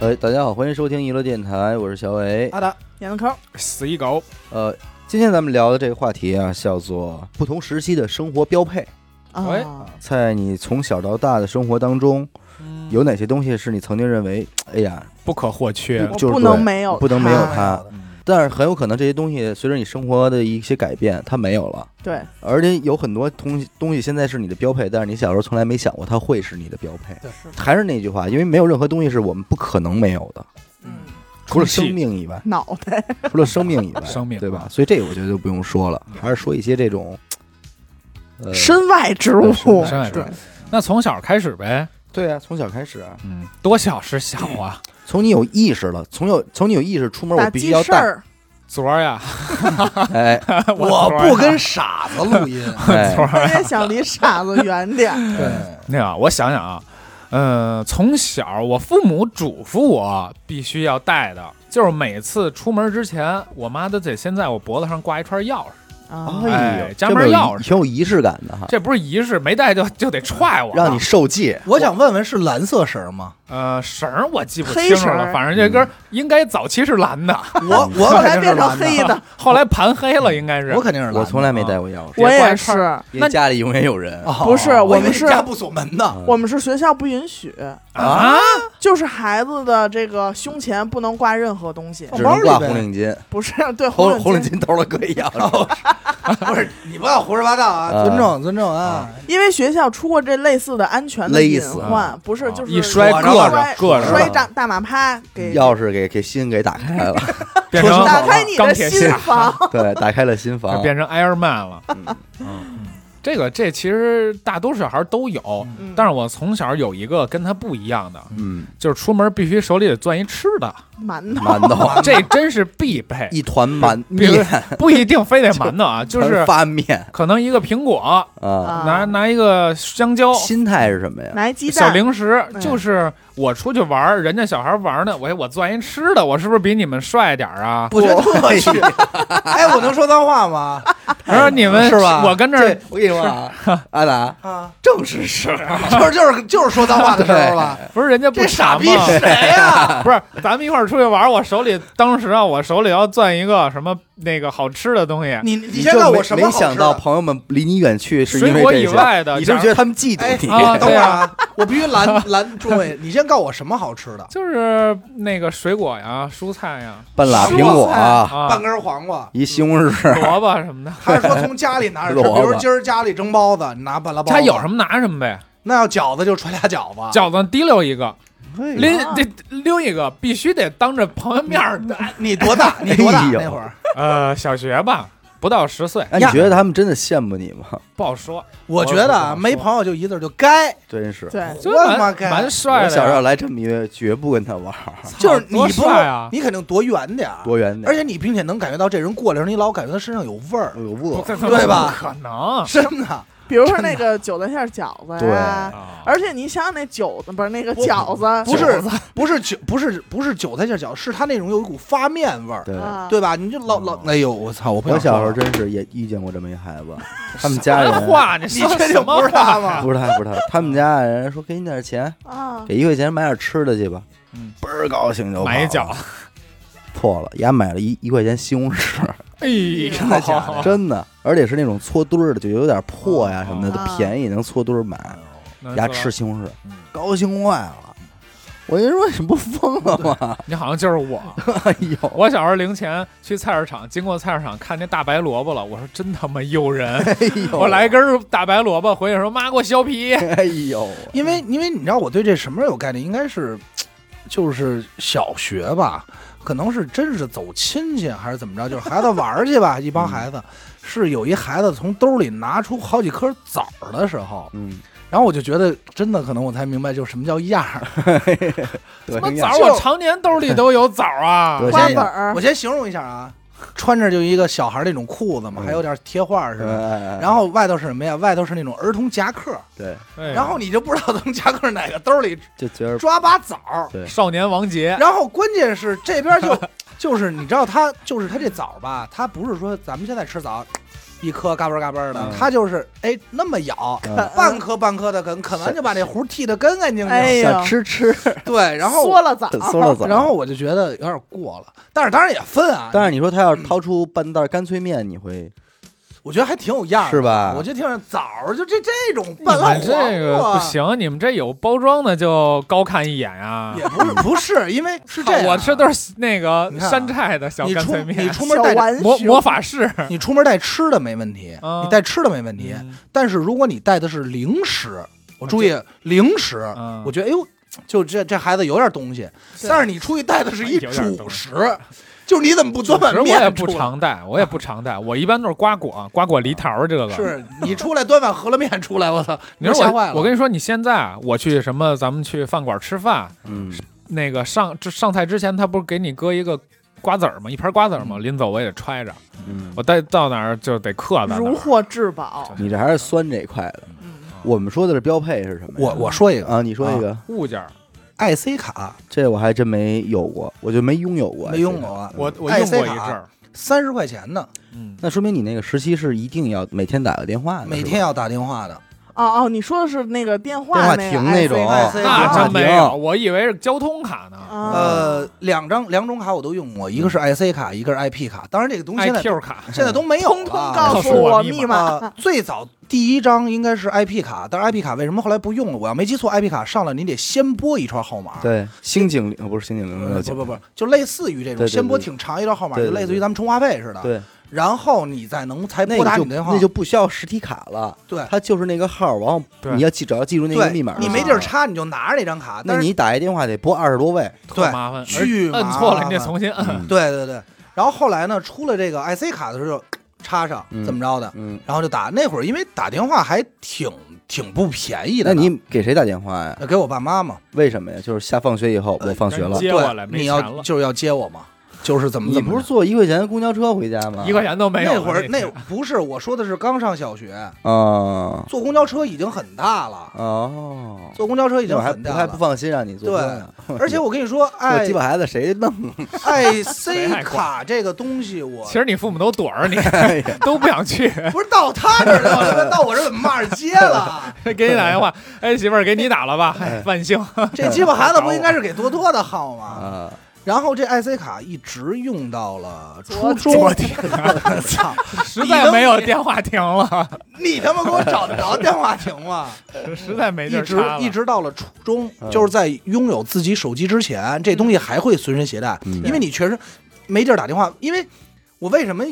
呃，大家好，欢迎收听娱乐电台，我是小伟。阿达，闫文康，死一狗，呃，今天咱们聊的这个话题啊，叫做不同时期的生活标配。喂啊，在你从小到大的生活当中，嗯有哪些东西是你曾经认为，哎呀，不可或缺不。我就是不对能没有，不能没有它的，但是很有可能这些东西随着你生活的一些改变，它没有了。对，而且有很多东西东西现在是你的标配，但是你小时候从来没想过它会是你的标配。对还是那句话，因为没有任何东西是我们不可能没有的，嗯，除了空气生命以外，脑袋，除了生命以外，生命对吧？所以这个我觉得就不用说了，还是说一些这种，呃，身外之物，对身外之物对，那从小开始呗，对啊，从小开始啊，嗯，多小是小啊。从你有意识了，从有从你有意识出门，打我必须记要事带。儿， 昨儿呀，哎，我昨儿呀不跟傻子录音。哎昨儿我呀也想离傻子远点。 对，那样，我想想啊，呃，从小我父母嘱咐我必须要带的，就是每次出门之前，我妈都得先在我脖子上挂一串钥匙。啊，哎呦，家这么门有钥匙挺有仪式感的哈，这不是仪式，没带就 就得踹我。让你受戒。我想问问是蓝色绳吗？呃绳儿我记不黑清楚绳儿了，反正这根儿应该早期是蓝的，我我后来肯定变是成蓝黑的， 后来盘黑了，应该是我肯定是蓝的。嗯我从来没带过钥匙，我也别是，因为家里永远有人。哦不是我们以为是家不锁门 的。我们是学校不允许，啊，就是孩子的这个胸前不能挂任何东西，只能挂包里呗红领巾，不是对红红领领，巾兜了搁一钥匙。不是，你不要胡说八道啊啊！尊重尊重啊！因为学校出过这类似的安全的勒隐死啊患，不是就是啊一摔我摔硌着硌着摔了，大大马趴 给钥匙给给心给打开了， 变成打开你的钢铁心侠 房，对，打开了心房。变成 Iron Man 了。嗯嗯，这个这其实大多数小孩都有，嗯但是我从小有一个跟他不一样的，嗯，就是出门必须手里得攥一吃的，馒头馒头， 这真是必备，一团馒比如面，不一定非得馒头啊，就是发面可能一个苹果，啊。啊拿拿一个香蕉。心态是什么呀？拿一鸡小蛋，零食嗯就是我出去玩儿，人家小孩玩儿呢，我我攥一吃的，我是不是比你们帅点儿啊？不是特去。哎，我能说脏话吗？我说你们是吧我跟这儿啊这我跟你说啊，阿达啊，正是是， 就是就是就是说脏话的时候吧。不是人家不这傻馋逼吗？谁啊呀？不是，咱们一块儿出去玩儿，我手里当时啊，我手里要攥一个什么那个好吃的东西，你你你先就告诉没我什么没好啊吃的想到朋友们离你远去是因水为果这以些外的你是不是觉得他们嫉妒哎你？啊 等对会儿啊，我必须拦拦诸位，你先告诉我什么好吃的？就是那个水果呀、蔬菜 呀、半拉苹果啊，啊、半根黄瓜，一西红柿，萝卜什么的。还是说从家里 拿着吃？萝比卜如今儿家里蒸包子，你拿半拉包子。家有什么拿什么呗，那要饺子就揣俩饺子，饺子提溜一个，拎啊得溜一个，必须得当着朋友面儿 的。你多大？你多大哎呦那会儿？呃，小学吧，不到十岁，哎，你觉得他们真的羡慕你吗？ 不好说，我觉得我啊，没朋友就一字儿就该，真是，对，就我妈蛮该蛮帅我的小时候呀。来这么一个，绝不跟他玩儿，操就是你多不帅啊！你肯定躲远点儿，多远点而儿。且你并且能感觉到这人过来的时候，你老感觉他身上有味儿，我不饿，可对吧不可 能真的。比如说那个韭菜馅儿饺子呀，啊！而且你想想那韭子不是那个饺子，不是不是韭不是不是韭菜馅儿饺，是它那种有一股发面味儿，对。啊，对吧？你就老哦老哎呦我操！我不我想小时说候了真是也遇见过这么一孩 子，他们家人什么话，啊你你说确什定不么是他话？吗？不是他，不是他，他们家人说给你点钱，啊，给一块钱买点吃的去吧嗯，倍儿高兴就跑了买一 饺，子，破了，丫买了一一块钱西红柿，哎呦，真的假的真的，而且是那种搓堆儿的，就有点破呀什么的，啊就便宜能搓堆儿买，能丫说吃西红柿嗯，高兴坏了。我就说你不疯了吗？ 你好像就是我。 哎呦，我小时候零钱去菜市场，经过菜市场看见大白萝卜了，我说真他妈诱 人！哎呦，我来，根儿大白萝卜，回去说妈给我削皮。哎呦，因为因为你知道我对这什么时候有概念，应该是就是小学吧，可能是真是走亲戚还是怎么着，就是孩子玩儿去吧，一帮孩子。是有一孩子从兜里拿出好几颗枣儿的时候，嗯，然后我就觉得真的可能我才明白，就是什么叫样儿。对那呀枣我常年兜里都有枣 啊。对瓜子儿我，先形容一下啊，穿着就一个小孩儿那种裤子嘛，嗯还有点贴画儿似的，哎然后外头是什么呀？外头是那种儿童夹克，对，对然后你就不知道从夹克哪个兜里就觉得抓把枣儿，少年王 杰，然后关键是 这边就就是你知道他就是他这枣吧，他不是说咱们现在吃枣，一颗嘎嘣嘎嘣的嗯，它就是哎那么咬，嗯半颗半颗的啃，啃完就把那核剃得干干净哎净。呀想吃吃，对，然后缩了枣，缩了走。然后，我就觉得有点过了，但是当然也分啊，但是你说他要掏出半袋干脆面，你会我觉得还挺有样儿的，是吧我？就听着枣儿就这这种你半拉们黄这个瓜不，行，啊你们这有包装的就高看一眼呀。也不是不是，因为是这样，啊我吃都是那个你看啊山寨的小你干出脆你面，出门小带着浣魔熊魔法师。你出门带吃的没问题，嗯你带吃的没问题，嗯但是如果你带的是零食，我啊注意零食，嗯我觉得哎呦，就这这孩子有点东西，对但是你出去带的是一有点主东西食，就是你怎么不主端碗食我面也不出来常带，我也不常带，我一般都是瓜果、瓜果、梨桃儿这个。，是你出来端碗饸饹面出来，我操！你都说吓坏了。我，我跟你说，你现在啊我去什么，咱们去饭馆吃饭，嗯，那个上这上菜之前，他不是给你搁一个瓜子儿吗？一盘瓜子儿吗？嗯临走我也得揣着，嗯，我带到哪儿就得刻在那如儿。获至宝。你这还是酸这一块的。啊嗯，我们说的是标配是什么呀？我我说一个啊，你说一个，物件儿， IC 卡，这我还真没有过，我就没拥有过，没拥有啊嗯 我我哎用过一塞阵卡儿，三十块钱呢，嗯，那说明你那个时期是一定要每天打个电话的，每是吧天要打电话的。哦哦，你说的是那个电电话那亭个那种 IC 对那啊电话真亭没有，我以为是交通卡呢啊呃，两张两种卡我都用过，一个是 IC 卡，一个是 IP 卡。当然这个东西现在，IQ 卡， 现在都没有通通告了。诉我我密密码。 啊，最早第一张应该是 IP 卡，但是 IP 卡为什么后来不用了？我要没记错，IP 卡上了你得先拨一串号码。对星警零哦不是星警零零六呃不九，不不，就类似于这对对种对先拨挺长一段号码，对就对类似于对咱们充话费似的。对，然后你再能才那拨打个你就电话，那就不需要实体卡了，对它就是那个号，然后对你要记，只要记住那个对，密码就你行，没地儿插，你就拿着那张卡。那但是你打一电话得拨二十多位，特对麻烦，巨而麻摁烦错了你得重新摁。嗯对对对，然后后来呢，出了这个 IC 卡的时候就插上嗯怎么着的，嗯，然后就打。那会儿因为打电话还挺挺不便宜那的呢，你给谁打电话呀？那给我爸妈嘛，为什么呀？就是下放学以后呃我放学了接，我来，对，没你钱要了，就是要接我嘛，就是怎么你怎么不着是坐一块钱的公交车回家吗？一块钱都没有了。那会儿那 那不是我说的是刚上小学，啊坐公交车已经很大了，哦，坐公交车已经那我还很不大还不了。哎放心让你坐车呢，而且我跟你说， 这爱鸡巴孩子谁弄？ 爱谁 C 爱卡这个东西，我其实你父母都躲着 你，哎呀都不想去。不是到他这儿了，到我这儿怎么骂上街 了？给你打电话，哎，媳妇儿，给你打了吧？哎哎，万幸。这鸡巴孩子不应该是给多多的号吗？啊，然后这 IC 卡一直用到了初昨中。昨天 操，实在没有电话亭了，你他妈给我找得着电话亭吗？实在 没地一儿直插了。一直到了初中嗯，就是在拥有自己手机之前，这东西还会随身携带，嗯因为你确实没地儿打电话。因为我为什么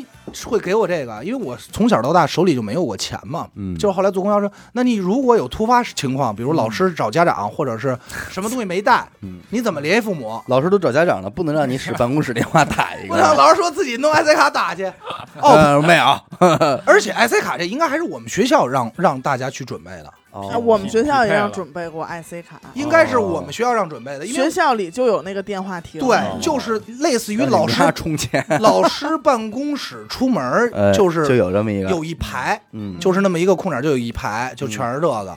会给我这个？因为我从小到大手里就没有过钱嘛。嗯，就是后来坐公交车，那你如果有突发情况，比如老师找家长，或 者是什么东西没带嗯，你怎么联系父母？老师都找家长了，不能让你使办公室电话打一个。我让老师说自己弄 IC 卡打去，哦，呃，没有，而且 IC 卡这应该还是我们学校让让大家去准备的，哦哎我们学校也匹配了让准备过 IC 卡，应该是我们学校让准备的，因学为校里就有那个电话亭。哦对，就是类似于老师让你们家 充钱，老师办公室出门呃儿就 是就有这么一个，有一排，嗯，就是那么一个空点，就有一排，就全是这个。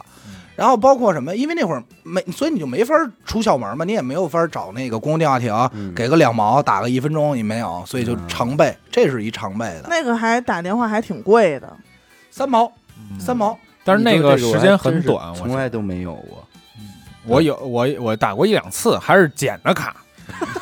然后包括什么？因为那会儿没，所以你就没法出校门嘛，你也没有法找那个公共电话嗯亭给个两毛打个一分钟，你没有，所以就常备，这是一常备的，那个还打电话还挺贵的，三毛嗯 三毛。但是那个个时间很短，我从来都没有过。我有我我打过一两次，还是捡的卡，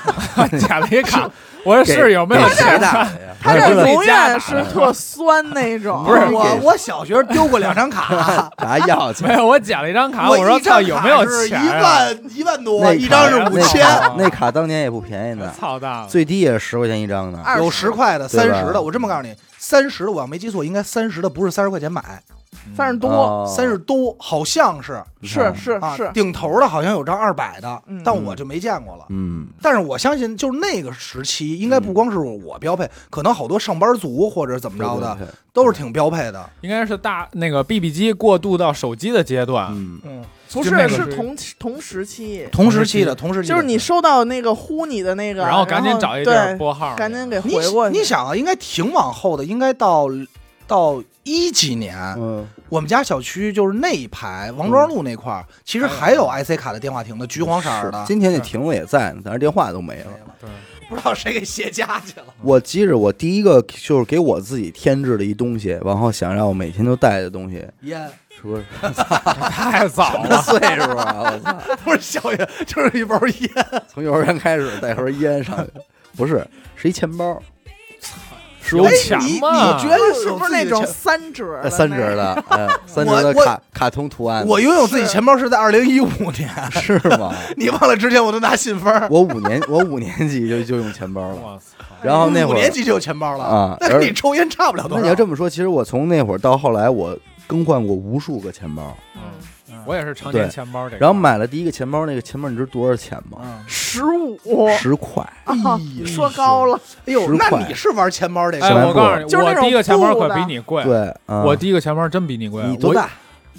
捡了一卡。我说给是有没有给谁钱？ 打的呀？他不是这自己永家打远是特酸那种。不是我，给，我小学丢过两张 卡拿药去没。有，我捡了一张卡，我说一张操，有没有卡是钱一啊？万一万多，那一张是卡五那千，卡那卡当年也不便宜呢，操蛋了！最低也是十块钱一张呢。二有十块的、对吧三十的。我这么告诉你，三十的我要没记错，应该三十的不是三十块钱买，三十多，哦三十多好像是你是看是啊是，，顶头的好像有张二百的嗯，但我就没见过了。嗯，但是我相信，就是那个时期，应该不光是我标配，可能好多上班族或者怎么着的，对，对对都是挺标配的。应该是大那个 BB 机过渡到手机的阶段，嗯，嗯，不就那是个是是同同时期，同时期嗯的，同时期的就是你收到那个呼你的那个，然后赶紧找一地儿对，拨号，赶紧给你回过去。你想啊，应该挺往后的，应该到到一几年，嗯，我们家小区就是那一排王庄路那块儿，其实还有 IC 卡的电话亭的，橘黄色儿嗯是的。今天那亭子也在呢，但是电话都没没了。了对，不知道谁给卸家去了。我记着我第一个就是给我自己添置了一东西，然后想让我每天都带的东西，烟是 不是？太早了，岁数啊，我操！不是小烟，就是一包烟。从幼儿园开始带盒烟上去，不是，是一钱 包，是有钱你吗？你觉得是不是那种三折呃的三折那种？的，呃，三折的我卡卡通图案的，我拥有自己钱包是在二零一五年， 是吗？你忘了之前我都拿信封儿，我五年，我五年级就就用钱包了，我操！然后那五会年儿，级就有钱包了啊那跟而你抽烟差不了那多少。你要这么说，其实我从那会儿到后来，我更换过无数个钱包，嗯，我也是常年对钱包这个。然后买了第一个钱包，那个钱包你知道多少钱吗？嗯，十五，十块，啊说高了，哎呦，十那块你是玩钱包这什哎，么个？我告诉你，就是那我种第一个钱包可布的比你贵。对，啊我第一个钱包真比你贵。你多我大？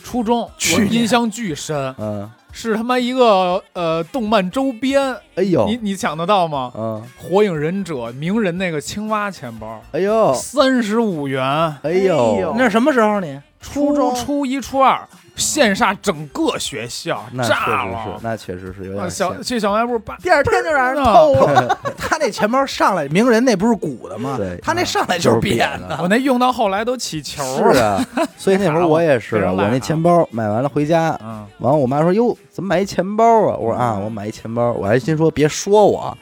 初中，去我年印象巨深，嗯，是他妈一个呃动漫周边，哎呦你，你抢得到吗？嗯，火影忍者鸣人那个青蛙钱包，哎呦，三十五元，哎哎呦呦，是什么时候你？初初中初一初二，羡煞整个学校，那确炸实是了，。那确实是有啊点小像，去小卖部把第二天就让人啊偷了。他那钱包上来，名人那不是鼓的吗对？他那上来就是扁扁的的。我那用到后来都起球是了。啊，所以那会儿我也是，非常我辣啊那钱包买完了回家，嗯，完了我妈说哟，怎么买一钱包啊？我说啊，我买一钱包，我还心说别说我，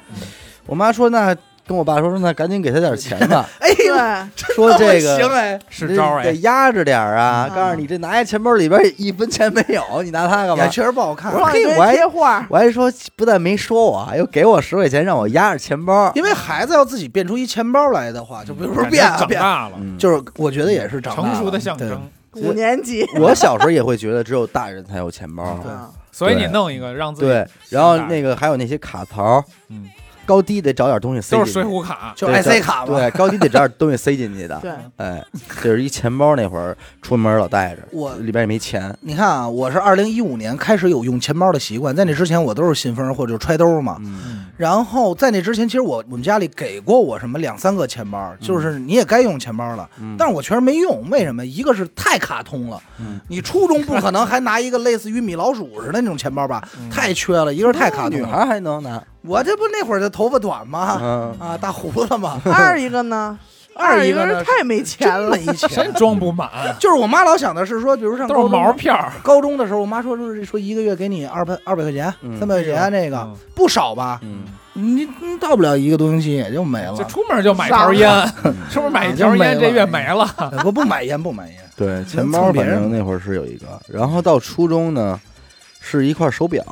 我妈说那跟我爸说说那赶紧给他点钱吧，哎呦，对，说这行啊个。哎，是招儿得哎，压着点儿啊！嗯告诉你，这拿一钱包里边一分钱没有，你拿它干嘛也？确实不好看我。放一嘿我还堆贴画，我还说不但没说我，又给我十块钱让我压着钱 包。因为孩子要自己变出一钱包来的话，就比如说变感啊觉长变啊，大了，嗯，就是我觉得也是长大了成熟的象。征。五年级。 我小时候也会觉得只有大人才有钱包，对啊所以你对弄一个让自己对。然后那个还有那些卡槽，嗯，高低得找点东西塞都进是去，水浒卡，就对 IC 卡嘛。对，高低得找点东西塞进去的。 对，哎，就是一钱包，那会儿出门老带着，我里边也没钱。你看啊，我是二零一五年开始有用钱包的习惯，在那之前我都是信封或者揣兜嘛。嗯，然后在那之前，其实我我们家里给过我什么两三个钱包，就是你也该用钱包了，嗯但是我确实没用。为什么？一个是太卡通了，嗯你初中不可能还拿一个类似于米老鼠似的那种钱包吧？嗯太缺了，一个是太卡通女了。孩还能拿，我这不那会儿的头发短吗？嗯，啊，大胡子吗？二一个呢？二一一个个呢是太没钱真了没，钱真。装不满， 就是我妈老想的是说，比如上都高是中毛片儿。高中的时候，我妈说就是说一个月给你二百二百块钱、嗯三百块钱，那个嗯不少吧？嗯，你你到不了一个多星期也就没了就。出门就买条烟，是不是买一条烟这月没了？哎不不买烟不买烟，对，钱蹭包别反人正那会儿是有一个。然后到初中呢，是一块手表，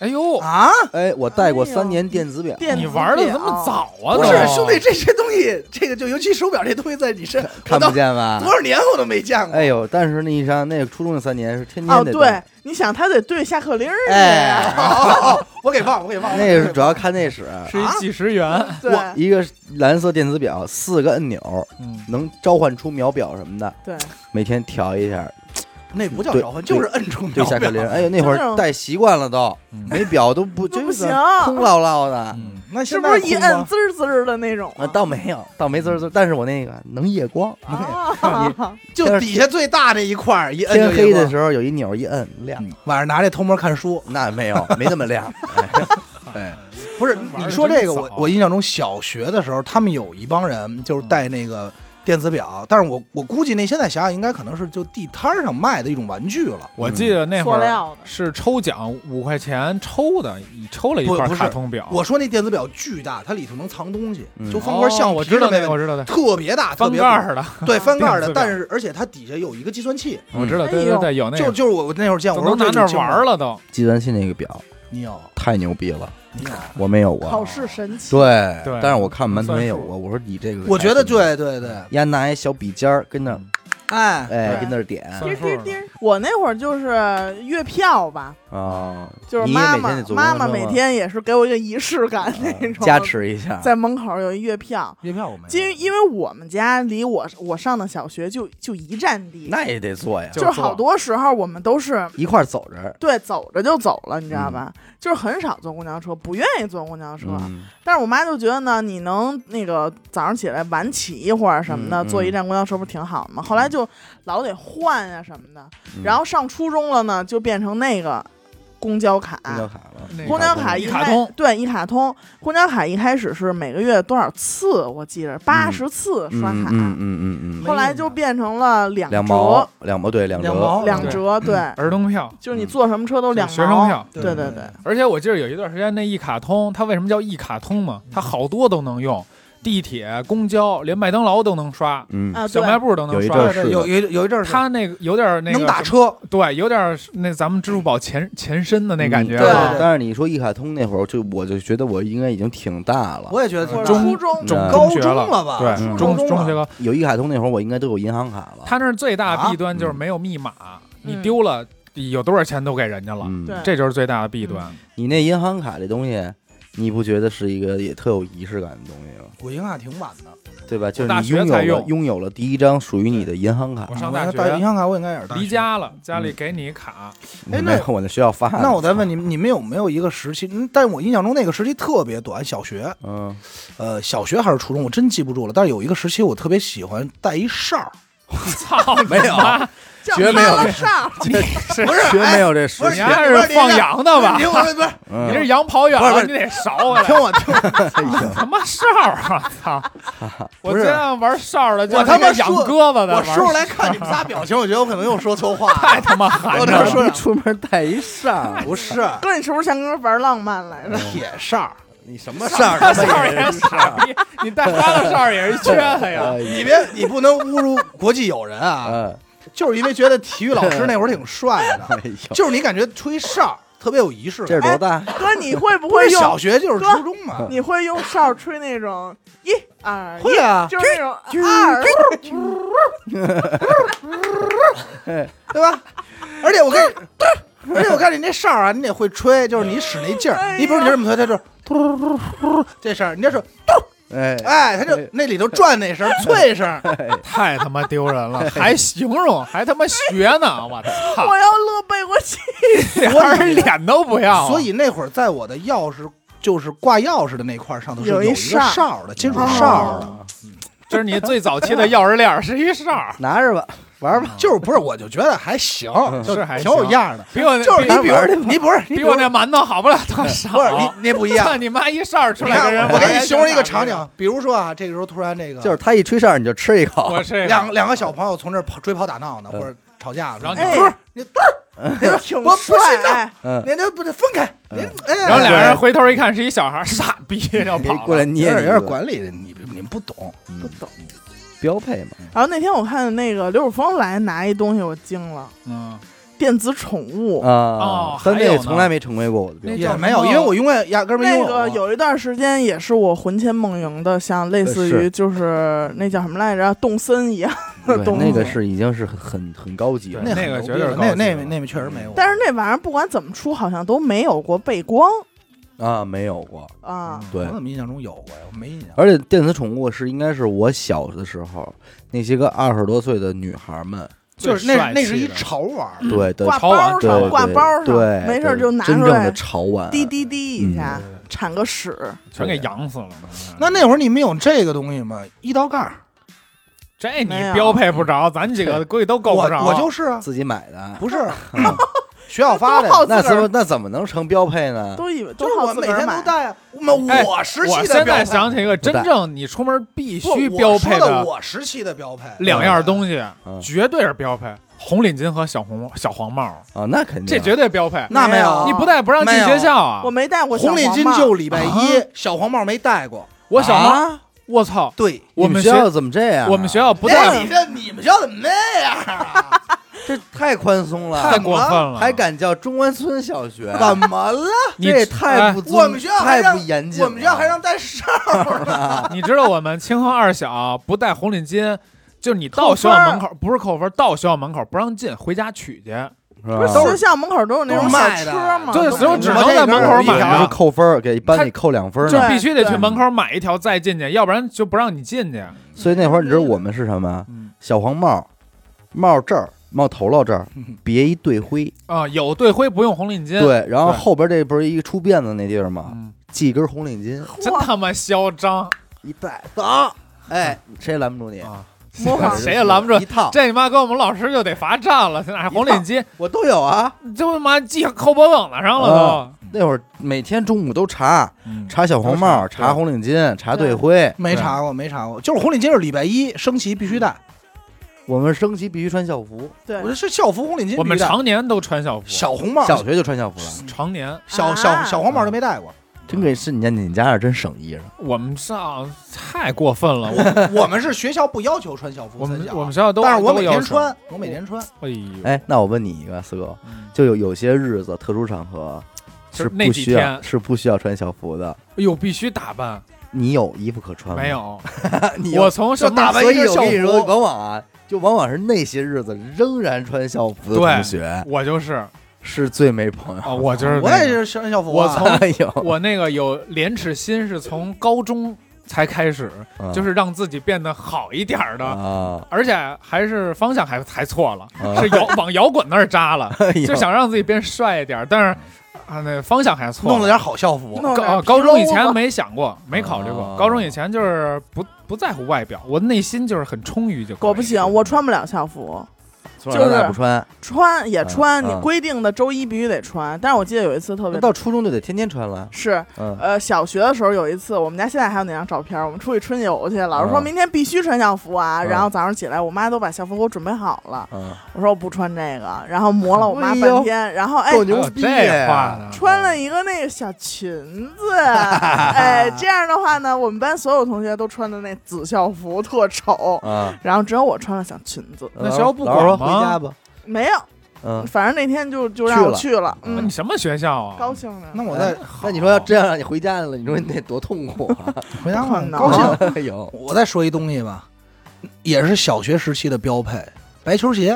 哎呦，啊？哎，我戴过哎呦三年电子表，电子哦你玩的这么早啊？不都是兄弟，，这些东西，这个就尤其手表这东西，在你身看不见吧我到？多少年我都没见过。哎呦，但是那一上那初中的三年是天哦，天得对戴，，你想他得对下课铃儿去，哎，哦哦哦我给忘了，我给忘 了。那个是主要看那使，是一几十元， 对我一个蓝色电子表，四个按钮，嗯，能召唤出秒表什么的，对，每天调一下，那不叫对召唤，就是摁出对秒下课表。铃。哎呦，那会就那儿种戴习惯了都，嗯没表都不都真不是行空落落的。嗯那是现不在是一空吗摁滋儿滋儿的那种啊啊， 倒没有，倒没滋儿滋儿，但是我那个能夜光，啊？就底下最大那一块儿一摁天就黑一的个时嗯候有一钮一摁亮，晚上拿这偷摸看书，那没有，没那么 亮。哎，不是玩儿你得说真这个，我早我印象中小学的时候，他们有一帮人就是嗯带那个电子表，但是我我估计那现在想想应该可能是就地摊儿上卖的一种玩具了，我记得那会塑儿料的是抽奖五块钱抽的，你抽了一块不不是卡通表，我说那电子表巨大，它里头能藏东西，嗯就方格橡哦我皮知道的那那个，种，我知道的，特别大，特翻别盖儿的， 对翻盖儿的电子，表但是而且它底下有一个计算器，嗯我知道，对哎对呦对，有那就个，就是我我那会儿见，都我说能拿这那儿玩儿了，了都。嗯计算器那个表你有太牛逼了，你有。我没有考过。啊试神器，对对但是我看馒头算没有数过，我说你这个，我觉得，对对对，丫拿一小笔尖儿跟那嗯儿，哎，哎，对跟那儿点算滴数滴了滴。我那会儿就是月票吧，啊，就是你也妈每天妈得坐公妈交妈车每吗天也是给我一个仪式感那种，啊加持一下，在门口有一月票。月票我嗯哎没有因为因为我们家离我我上的小学就就一站地，那也得做呀，就就是好多时候我们都是一块儿走着。对走着就走了，你知道吧？就是很少坐公交车，不愿意坐公交车。嗯，但是我妈就觉得呢，你能那个早上起来晚起一会儿什么的，嗯嗯坐一站公交车不挺好吗？后来就老得换呀、什么的，嗯然后上初中了呢，就变成那个公交卡，公交卡了，那个啊公交卡一一卡开通对一卡通，公交卡一开始是每个月多少次，我记着八十次刷卡，嗯嗯嗯嗯，后来就变成了两折，两毛两毛对两两毛折两折，对，儿童票，就是你坐什么车都对两毛，学生票。对对对对对而且我记得有一段时间那一卡通，它为什么叫一卡通嘛？嗯它好多都能用，地铁、公交，连麦当劳都能刷，嗯啊，小对，卖部都能有一刷阵。对儿是的对，有有有一阵儿是它那个有点那个能打什么，车，对，有点那咱们支付宝前前身的那感觉嗯对啊对但是你说一卡通那会儿，就我就觉得我应该已经挺大了。我也觉得或者中呃初中中高中学中了了吧对，嗯中初中中学了了，有一卡通那会儿，我应该都有银行卡了。它那儿最大啊弊端就是嗯没有密码，你嗯丢了有多少钱都给人家了，嗯，对这就是最大的弊嗯端。你那银行卡这东西，你不觉得是一个也特有仪式感的东西吗？我银行卡挺晚的，对吧？就大是你学拥有才了用拥有了第一张属于你的银行卡我。上我大要带银学行卡我应该也是大学离。家了，家嗯里给你卡，哎没有我那学校发的。那我再 问你们，你们有没有一个时期？嗯但我印象中那个时期特别短，小学，嗯，呃，小学还是初中，我真记不住了。但是有一个时期，我特别喜欢带一哨儿，操， 没有叫绝没有妈妈上，你是不是哎绝没有这时不你期是。还是放羊的吧你？ 听我不是，你嗯这羊跑远不了，是你得勺回听 来。我听我，他妈哨儿啊！操！ 我不是这样玩哨儿的，就我他妈是养说鸽 子的，我玩说出来看你们仨表情，我觉得我可能又说错话太了。他妈 寒我碜这了。说哎两句出门带一扇，不是哥，你是不是想跟人玩浪漫来着？铁哨儿，你什么扇儿？哎哨儿也是傻逼，你带花的哨儿也是缺哎憾哎呀。你别你不能侮辱国际友人啊！嗯，就是因为觉得体育老师那会儿挺帅哎 的，呦，就是你感觉吹哨儿特别有仪式这感是。多大？哥，你会不不会是用小学就是初中嘛，你会用哨吹那种一二会一，啊，就是那种二，对吧？而且我跟你， 而且我告诉你，那哨儿啊，你得会吹，就是你使那劲哎儿。呀你比如你这么吹，它就嘟嘟嘟嘟嘟这声儿，你这是哎，哎，它就那里头转那声儿，脆 声儿。太他妈丢人哎了，还形容，还他妈学呢！我操我，要乐背过去。连人脸都不要。啊所以那会儿在我的钥匙就是挂钥匙的那块儿上头是有有一一个哨儿哨儿的，金属哦哨儿啊的。这是你最早期的钥匙链儿，是一哨儿，拿着吧，玩吧。就是不是，我就觉得还行， 嗯就是还挺有行样儿的。比我那就是比你比如你不是你比比我如那哎馒头好不了多少。不是你你不一样操。 你妈一哨儿出你来看跟人玩，我给你形容一个真傻场逼。景，比如说啊，这个时候突然这个就是他一吹哨，你就吃一口。我 这两两个小朋友从这儿跑追跑打闹呢，或者吵架了，嗯然后你哎不是你不是，哎你说嗯挺我不帅信哎的，嗯，你这不得分开，你哎，嗯 然后俩人回头一看是一小孩儿，傻逼要别跑过来了。有捏点你一有点顿管理的，你你们不懂，嗯不懂。标配嘛。然后那天我看那个刘汝峰来拿一东西，我惊了，嗯，电子宠物。哦啊，他还有那呢从来没成为过我的标那配。也没有，因为我永远压根儿没那用个有一段时间也是我魂牵梦萦的，像类似呃于是就是那叫什么来着，动森一样的对东西。那个是已经是很很很高级了。对那那个很绝牛对是逼了高级那那的那确实没有，但是那玩意儿不管怎么出，好像都没有过背光啊，没有过。嗯啊。对我怎么印象中有过呀？我没印象。而且电子宠物是应该是我小的时候那些个二十多岁的女孩们就是最那帅那是气一的嗯潮玩儿，对的嗯挂潮玩包对上，对挂包上，对，没事儿对就拿真出正的来，潮玩，滴滴滴一下，铲个屎。全给养死了。那那会儿你们有这个东西吗？一刀盖儿，这没你有啊标配不着，咱几个估计都够我不着。我就是啊，自己买的， 不是学校发的都好呀，那自怎个儿么那怎么能成标配呢？都以为就都是好我自每个儿天都买。带啊。我们哎我时我期的现标在配想起一个真不带正你出门必不须我标说配的，我时期的标配两样东西嗯，绝对是标配：红领巾和小红小黄帽，啊，那肯定这绝对标配。那没有，你不戴不让进没有学校啊嗯我！没带过小红领黄帽巾就礼拜一啊，小黄帽没戴过。我小啊帽，我操！对，你我们学学校怎么这样啊？我们学校不哎，戴你，这你们学校怎么那样啊？这太宽松了，太过分了，还敢叫中关村小学？怎么了？你这也太哎不尊 我们学校还太让不严谨了，我们学校还让戴哨儿呢。你知道我们清河二小不戴红领巾，就是你到学校门口不是扣分，到学校门口不让进，回家取去。不都学校门口都有那种都小卖的车嘛，对都所以我只能我这在门边口有一买条啊是。扣分儿，给班里扣两分儿就呢。对必须得去对门口买一条再进去，要不然就不让你进去。所以那会儿你知道我们是什么？嗯小黄帽，帽这儿，帽头到这儿，别一队徽。啊，有队徽不用红领巾，，嗯对，然后对后边这不是一个出辫子那地儿吗？嗯，系一根红领巾嚯真他妈嚣张一戴，走，哎，谁也拦不住你。啊！ 模仿谁也拦不住一套，这你妈跟我们老师就得罚站了，现在还红领巾，我都有啊。就他妈系扣脖梗子上了那会儿每天中午都查都。嗯查小红帽，都查对查红领巾，查队徽。没查过，没查过，就是红领巾是礼拜一升旗必须戴，我们升旗必须穿校服，对我，是校服红领巾必须戴，我们常年都穿校服，小红帽，小学就穿校服了。常年小啊小小黄帽都没戴过，真给是你家你家这儿真省衣裳。我们上太过分啊了，我我们是学校不要求穿校服我参们加，我们学校都但是我都每要天求，穿，我每天穿，哎呦，哎，那我问你一个，四哥，嗯就有有些日子、特殊场合就是是那不几需要天是不需要穿校服的，哎呦必须打扮，你有衣服可穿吗？没，有，你嗯有我从什就么打时扮候一身校所以服，我跟你说往往啊，就往往是那些日子仍然穿校服的对同学我就是啊是最没朋 友。，我就是啊我那也个是穿校服我啊，从哎呦，我那个有廉耻心是从高中才开始，嗯 就是让自己变得好一点儿的。啊，而且还是方向还还错了，啊是摇往摇滚那儿扎了，哎呦就想让自己变帅一点儿，但是啊，那方向还错弄了点好校服，弄高点啊高中以皮前褛子没想过，没考虑过哦。高中以前就是不不在乎外表，我内心就是很充裕就可以。啊我不行，我穿不了校服，从小到就大是不穿，穿也穿，嗯你嗯规定的周一必须得穿。但是我记得有一次特别那到初中就得天天穿了。是嗯，呃，小学的时候有一次，我们家现在还有那张照片儿。我们出去春游去，老师说嗯明天必须穿校服啊。嗯然后早上起来，我妈都把校服给我准备好了。嗯，我说我不穿这个，然后磨了我妈哎呦半天。然后够哎，还有牛逼这话呢，穿了一个那个小裙子，哎，这样的话呢，我们班所有同学都穿的那紫校服，特丑。啊！然后只有我穿了小裙子，那学校不老师说管吗回家吧。没有，嗯，反正那天就就让我去了，那嗯你，什么学校啊？高兴的。那我在那你说要这样让你回家了，你说你得多痛苦啊！回家可很能高兴。哎呦，我再说一东西吧，也是小学时期的标配，白球鞋，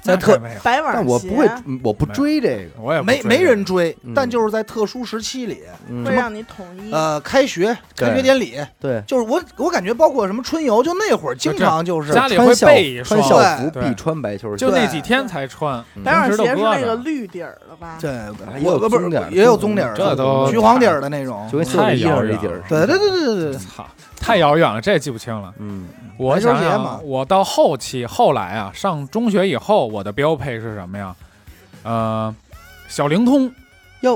在那特没有，白但板我鞋不会，嗯我不追这个。我也不没追没人追嗯，但就是在特殊时期里，嗯会，让你统一。呃，开学对开学典礼，对，就是我我感觉包括什么春游，就那会儿经常就是家里穿会校备一穿双校服对必穿白球鞋，就那几天才穿，嗯白板鞋是那平时都个搁着绿底儿的吧？对，也嗯有我不是棕底儿也有棕底儿这的，都橘黄底儿的那种就。跟袖子一样一底儿。对对对对对对，操，太遥远了，这也记不清了。嗯，我篮球想鞋想嘛啊，我到后期后来啊，上中学以后，我的标配是什么呀？呃，小灵通呀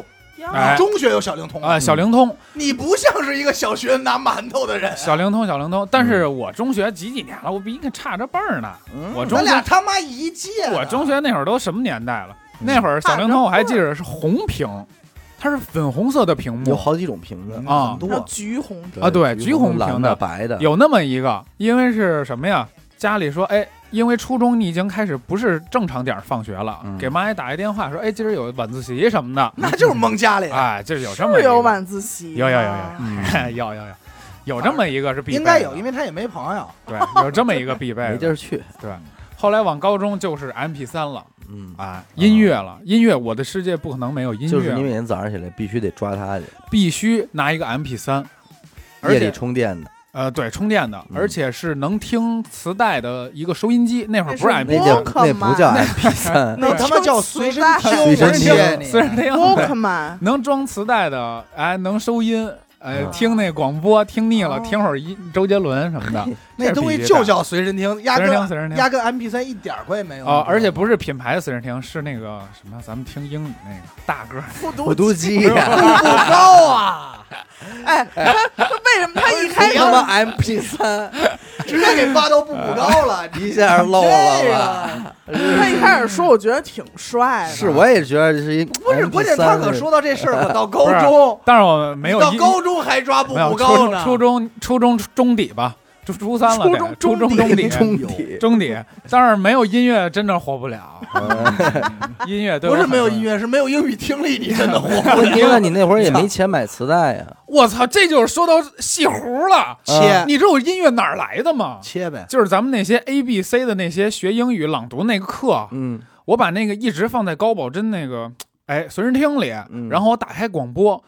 哎中学有小灵通啊、，小灵通，你不像是一个小学拿馒头的人。小灵通，小灵通。但是我中学几几年了，我比你可差着辈儿呢。嗯嗯我中嗯咱学俩他妈一届的，我中学那会儿都什么年代了？嗯那会儿小灵通我还记着是红屏，它是粉红色的屏有幕，好几种瓶子嗯啊很然后多。橘红啊对橘红蓝瓶的、的白的，有那么一个，因为是什么呀？家里说，哎，因为初中你已经开始不是正常点儿放学了，嗯给妈也打一电话说，哎，今儿有晚自习什么的，那就是蒙家里，哎，这有这么是一个有晚自习啊有吗，有有有嗯， 有有有，有这么一个是必备的，应该有，因为他也没朋友。对，有这么一个必备没地的。儿去。后来往高中就是 M P 三了，嗯，啊，音乐了，音乐，我的世界不可能没有音乐，就是你每天早上起来必须得抓它去，必须拿一个 M P 三，而夜里且充电的，呃对充电的，嗯而且是能听磁带的一个收音机，那会儿不是那 M 是 P 那播叫那不叫 Walkman 三，MP 三，那他妈叫随身听，随身听虽然这样对啊 Walkman，能装磁带的，哎，能收音，哎，嗯听那广播听腻了，哦听会儿一周杰伦什么的，那东西就叫随身听，压随身听，根随身听。压根 M P 三一点关系没有哦，而且不是品牌的随身听，是那个什么，咱们听英语那个大个儿，复读复读机呀，不高啊，为什么他 一开你 始他妈 MP 三直接给扒到不补高了。一下漏这了吧？个他一开始说，我觉得挺帅的，是，我也觉得这是一 不是关键，他可说到这事儿，我到高不是中，但是我没有到一高中还抓不没有补初高中呢。初中初中中底吧，就初三了初得，中初中中底中底，中底，但是没有音乐真的活不了， 音乐对不是没有很音，乐，是没有英语听力，你真的活 不问题了。了，你那会儿也没钱买磁带呀，我操，这就是说到戏胡了， 切你知道我音乐哪儿来的吗？切呗，就是咱们那些 A B C 的那些学英语朗读那个课，嗯，我把那个一直放在高保真那个哎随身听里嗯，然后我打开广播，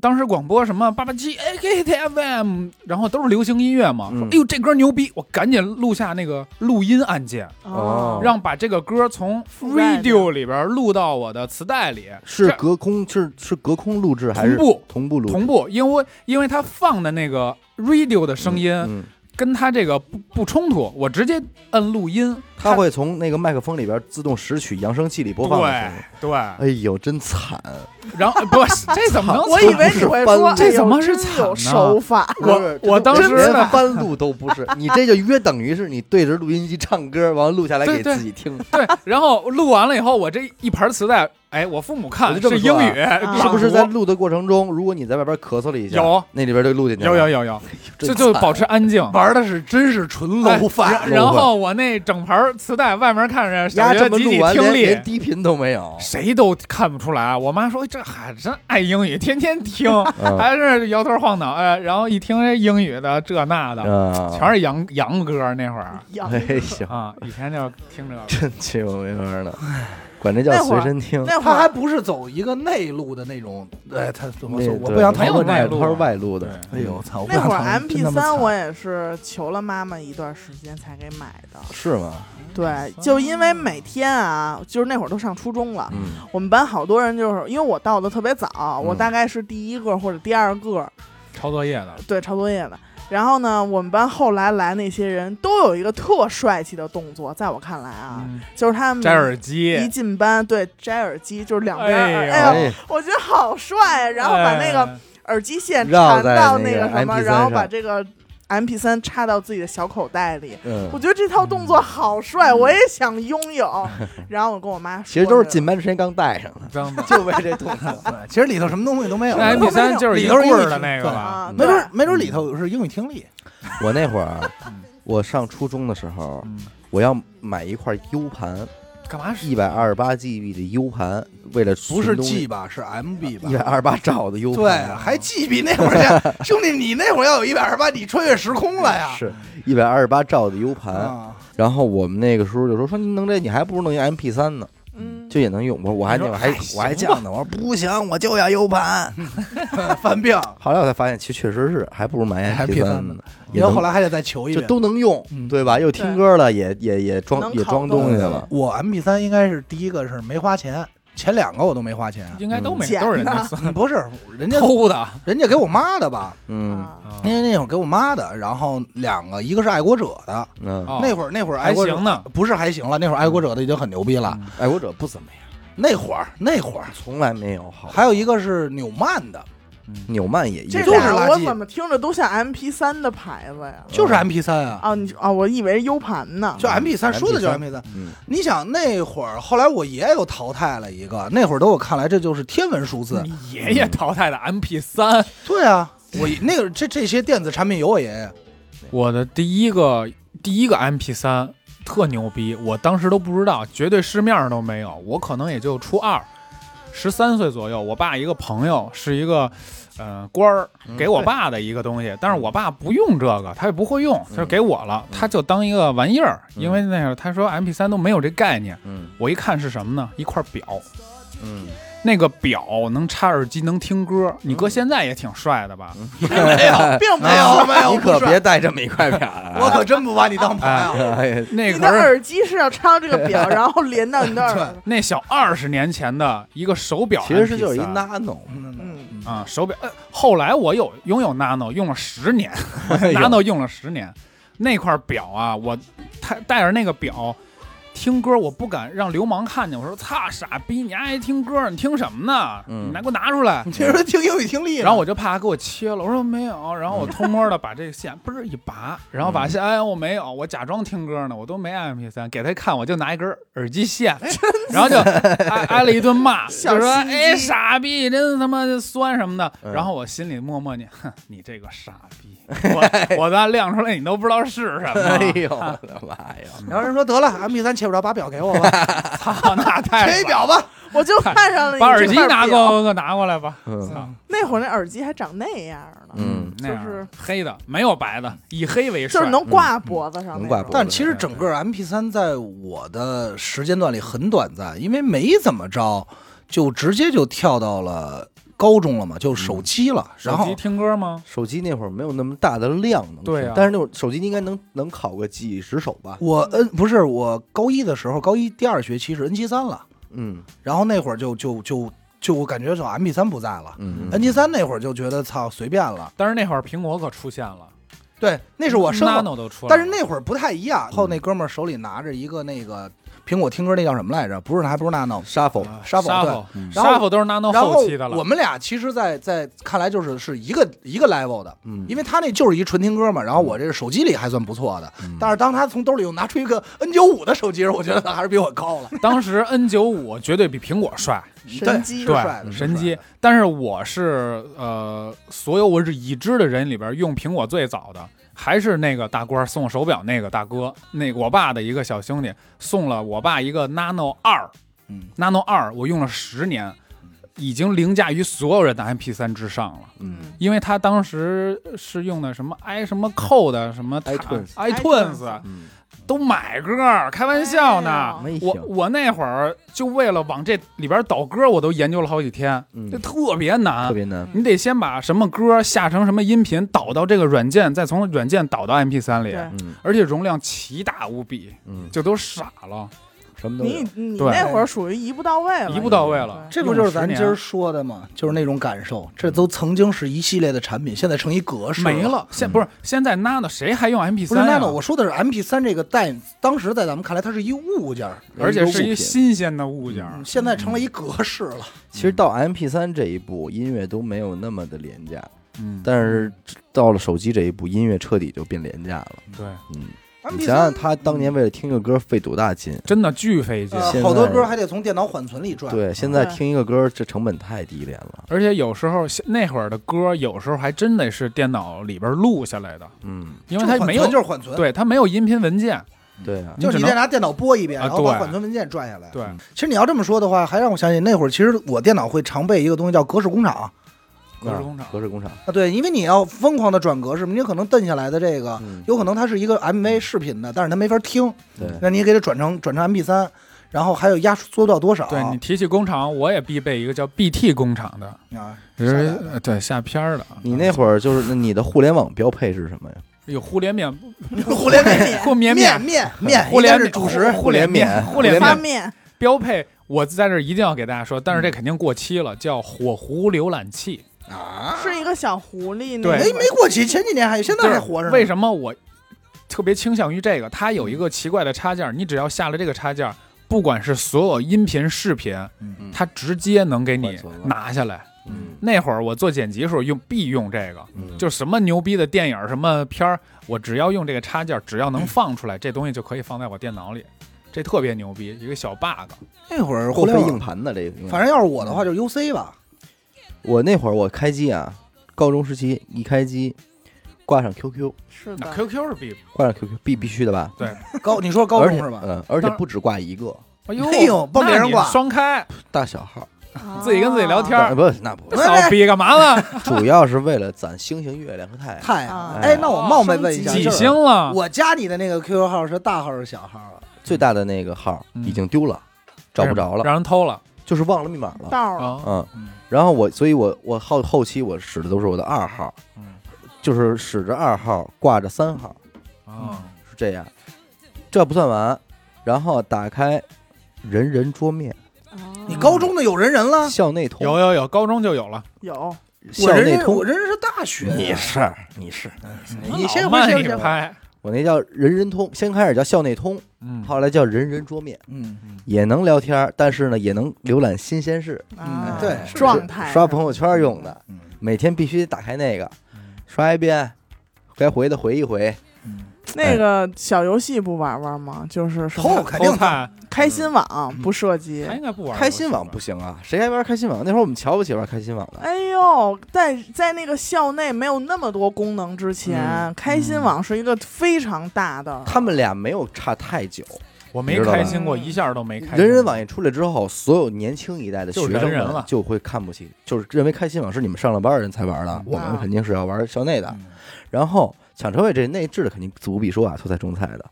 当时广播什么八八七 A K T F M，然后都是流行音乐嘛，说嗯哎呦这歌牛逼，我赶紧录下那个录音按键，哦让把这个歌从附带的？radio 里边录到我的磁带里，是这隔空是是隔空录制还是同步同步录制同步，因为因为它放的那个 radio 的声音嗯跟他这个不不冲突，我直接摁录音，它会从那个麦克风里边自动拾取扬声器里播放的声音对。对，哎呦，真惨！啊然后不是这 怎么能我以为你会说 这怎哎么呦是真惨有呢手法？不是我当时连呢翻录都不 是，你这就约等于是你对着录音机唱歌，完了录下来对给对自己听，对，然后录完了以后，我这一盘磁带，哎，我父母看我就这是么英说啊语，朗是不是读在录的过程中，如果你在外边咳嗽了一下，有那里边就录进去了，有有有有，真啊惨，啊就就保持 安静。玩的是真是纯哎 low 然 fi，然后我那整盘磁带外面看着小压学这么集录体完听连力连，低频都没有，谁都看不出来。我妈说这孩子真爱英语，天天听， 嗯还是摇头晃脑。哎，然后一听这英语的这那的，嗯全是洋洋歌那会儿呀哎行， 啊，以前就听这个。真气我没法儿了，管这叫那会随儿身听。那会他还儿不是走一个内陆的那种，哎，他我那我对不想他讨是没外有那论这个。路他是外录的，哎呦我操！我不那想会讨儿论 MP 真他妈三惨我也是求了妈妈一段时间才给买的。是吗？哎对，就因为每天啊，就是那会儿都上初中了，嗯，我们班好多人就是因为我到的特别早，我嗯大概是第一个或者第二个，抄作业的，对，抄作业的。然后呢，我们班后来来那些人都有一个特帅气的动作，在我看来啊，嗯就是他们摘耳一机，进班，对，摘耳机就是两边哎儿，呦哎呦，哎，我觉得好帅啊，然后把那个哎耳机线绕缠在到那个个什么， MP3 然后把上这个 MP 三插到自己的小口袋里。我嗯，觉得这套动作好帅，我也想拥 有。然后我跟我妈说，其实都是进班之前刚带上的，。哎真的就为这动作。对其实里头什么东西都没有，那 MP 三就是一里头是棍英语儿的那个对吧？啊，嗯没准对儿没准儿里头是英语听力。我那会儿啊嗯，我上初中的时候，嗯，我要买一块 U 盘，干嘛是？一百二十八 GB 的 U 盘，为了不是 G 吧，是 MB 吧一？百二十八兆的 U 对盘，，啊还 G 比那会儿去，兄弟，你那会儿要有一百二十八，你穿越时空了呀！是一百二十八兆的 U 盘。啊，然后我们那个时候就说说你弄这，你还不如弄一 MP 三呢，嗯，就也能用。我说我还你那会儿说还哎行我还吧犟呢，我说不行，我就要 U 盘。 犯病。后来我才发现，其实确实是还不如买 MP3 三呢呢，也然后能后来还得再求一就遍。都能用，嗯对吧？又听歌了，也也也装能也拷装动东西了。我 MP 三应该是第一个是没花钱，前两个我都没 花钱。应该都没，嗯都是人家捡嗯不是，人家偷的。人家给我妈的吧？嗯啊啊因为那会儿给我妈的，然后两个，一个是爱国者的，嗯，哦那会儿那会儿爱还国者行呢，不是还行了，那会儿爱国者的已经很牛逼了。嗯爱国者不怎么样，那会儿那会儿 从来没有好。还有一个是纽曼的，纽曼也一这样就是俩垃我圾怎么听着都像 MP 三的牌子呀？就是 MP 三啊，哦，嗯你哦，我以为是 U 盘呢。就 MP 三 MP3 说的就是 MP 三。嗯你想那会儿，后来我爷爷又淘汰了一个，那会儿在我看来这就是天文数字。你爷爷淘汰的 MP 三，对啊，我那个这这些电子产品有我爷爷，我的第一个第一个 MP 三特牛逼，我当时都不知道，绝对市面上都没有，我可能也就初二，十三岁左右，我爸一个朋友是一个。呃，官儿嗯给我爸的一个东西，但是我爸不用这个，他也不会用，他就给我了，嗯他就当一个玩意儿。嗯因为那会儿他说 M P 三都没有这概念，嗯我一看是什么呢？一块表，嗯，那个表能插耳机，能听歌。你哥现在也挺帅的吧？嗯没有并没没有，有没有，你可哎不是别带这么一块 表啊，我可真不把你当朋友。哎 呀那你的可是耳机是要插这个表，然后连到你的耳朵。那小二十年前的一个手表 MP3，其实是就是一 nano， 嗯，嗯，啊、手表。呃后来我有拥有 nano，用了十年、n 哎 a n o 用了十年。那块表啊，我他戴着那个表听歌，我不敢让流氓看见。我说：“操，傻逼，你爱听歌，你听什么呢？嗯你来给我拿出来。”其实听英语听力呢，然后我就怕他给我切了，我说没有，然后嗯我偷摸的把这个线嘣儿一拔，然后把线，哎我没有，我假装听歌呢，我都没 MP 三，给他一看，我就拿一根耳机线，然后就挨挨了一顿骂，就小说心机哎傻逼，真他妈酸什么的，嗯然后我心里默默念，哼，你这个傻 逼，我我再亮出来你都不知道是什哎么，呦我的妈呀！然后人说得了，MP 三切不着，把表给我吧，操，啊那太切一表吧。我就看上了你把耳这机块拿给表。我给我拿过来吧，嗯操，那会儿那耳机还长那样呢，嗯，那样就是黑的没有白的，以黑为就帅是，能挂脖子上嗯那种。能挂脖子但其实整个 MP 三在我的时间段里很短暂，因为没怎么着，就直接就跳到了高中了嘛，就手机了。然手机后听歌吗？手机那会儿没有那么大的量能听，对啊但是那会儿手机应该能能考个几十首吧？我嗯不是我高一的时候，高一第二学期是 N 七三了，嗯然后那会儿就就就就我感觉就 MP 三不在了嗯，N 七三那会儿就觉得操随便了。但是那会儿苹果可出现了，对，那是我生活 nano 都出来了，啊但是那会儿不太一样。后那哥们儿手里拿着一个那个苹果听歌，那叫什么来着？不是，还不是 Nano。 ，shuffle，沙啊沙宝宝嗯然后沙宝都是 nano 然后后期的了，我们俩其实在，在看来就是是一个一个 level 的，嗯，因为他那就是一纯听歌嘛。然后我这个手机里还算不错的，嗯但是当他从兜里又拿出一个 N 九五的手机时，我觉得他还是比我高 了。当时 N 九五绝对比苹果帅，对神机是帅的对，嗯是神帅机的。但是我是呃，所有我是已知的人里边用苹果最早的，还是那个大官儿送我手表那个大哥，那个我爸的一个小兄弟送了我爸一个 Nano 二嗯， ，Nano 二我用了十年，已经凌驾于所有人的 MP 三之上了。嗯，因为他当时是用的什么 i 什么 code 的什么 iTunes iTunes 嗯都买歌儿，开玩哎笑呢。没哎我行，我那会儿就为了往这里边导歌，我都研究了好几天，嗯这，特别难。特别难，你得先把什么歌下成什么音频，导到这个软件，再从软件导到 MP 3里，对嗯而且容量奇大无比，嗯，就都傻了，什么都你有，你对那会儿属于一步到位了，一步到位了。这不就是咱用了今十儿年说的吗？就是那种感受，这都曾经是一系列的产品，现在成一格式没了？现不是现在 Nano 谁还用 MP 嗯不是3 Nano，我说的是 MP 3这个代，当时在咱们看来它是一物件儿，而且是一一个物品新鲜的物件儿。嗯现在成了一格式了。其实到 M P 三这一步，音乐都没有那么的廉价，嗯，但是到了手机这一步，音乐彻底就变廉价了。对，嗯，你 MP 想想3他当年为了听个歌费多大劲，真的巨费劲。现呃，在好多歌还得从电脑缓存里转。对，现在对听一个歌这成本太低廉了。而且有时候那会儿的歌，有时候还真得是电脑里边录下来的，嗯，因为就是缓存，它没有，就是缓存，对它没有音频文件，对啊，就是你你只得能拿电脑哦播一遍，啊然后把对缓存文件转下来。对其实你要这么说的话，还让我想起那会儿，其实我电脑会常备一个东西叫格式工厂格式工厂啊格式工厂，啊，对，因为你要疯狂的转格式，你有可能蹬下来的这个。嗯，有可能它是一个 MV 视频的，但是它没法听，对，那你也给它转成转成 MP 3然后还有压缩到多少？对你提起工厂，我也必备一个叫 BT 工厂的，啊，就下载是的呃对下片儿的。你那会儿就是那你的互联网标配是什么呀？有互联面、 互 联面互联面、面面面，互联应该是面主食。互联面、啊互互联联发面面标配。我在这儿一定要给大家说，嗯但是这肯定过期了，叫火狐浏览器。啊，是一个小狐狸，那对没个没过期，前几年还有，现在还活着呢。为什么我特别倾向于这个？它有一个奇怪的插件儿，你只要下了这个插件儿，不管是所有音频、视频，嗯它直接能给缓你存了拿下来。嗯那会儿我做剪辑的时候用必用这个，嗯，就什么牛逼的电影、什么片儿，我只要用这个插件，只要能放出来，这东西就可以放在我电脑里，这特别牛逼，一个小 bug。那会儿够互费联嗯硬网，盘的这个。反正要是我的话就 UC 吧，我那会儿我开机啊，高中时期一开机，挂上 QQ，是那的， QQ 是必，挂上 QQ 必必须的吧？高你说高而中且是呃吧？嗯，而且当然不止挂一个，哎呦，哎呦帮别人挂那你双开，大小号，自己跟自己聊天啊儿但不是那不是，喂骚逼干嘛呢？主要是为了攒星星、月亮和 太阳。太啊哎，那我冒昧问一下，几就是星了？我加你的那个 QQ 号是大号是小号啊？最大的那个号嗯已经丢了，嗯找不着了，让人偷了就是忘了密码了。道儿啊！嗯嗯，然后我，所以我我后后期我使的都是我的二号，嗯就是使着二号挂着三号，啊，是这样。这不算完，然后打开人人桌面、啊你高中的有人人了？校内通，有有有，高中就有了。有校啊我人内人通我，人人是大学啊，哎你是你是，你先回慢先一先回，拍，我那叫人人通，先开始叫校内通，嗯，后来叫人人桌面，嗯，也能聊天儿，但是呢，也能浏览新鲜事，啊，对是状态嗯刷朋友圈用的，嗯每天必须得打开那个，刷一遍，该回的回一回，那个哎小游戏不玩玩吗？就是什偷么肯定偷看，开心网不涉及他。应该不嗯玩。开心网不，行啊，谁还玩开心网？那会儿我们瞧不起玩开心网的，哎呦，在在那个校内没有那么多功能之前，开心网是一个非常大的。嗯他们俩没有差太久。我没知道吧开心过，一下都没开心过。人人网一出来之后，所有年轻一代的学就生人人了们就会看不起，就是认为开心网是你们上了班的人才玩嗯的，我们肯定是要玩校内的。然后抢车位这内置的肯定不必说啊，都在中菜的。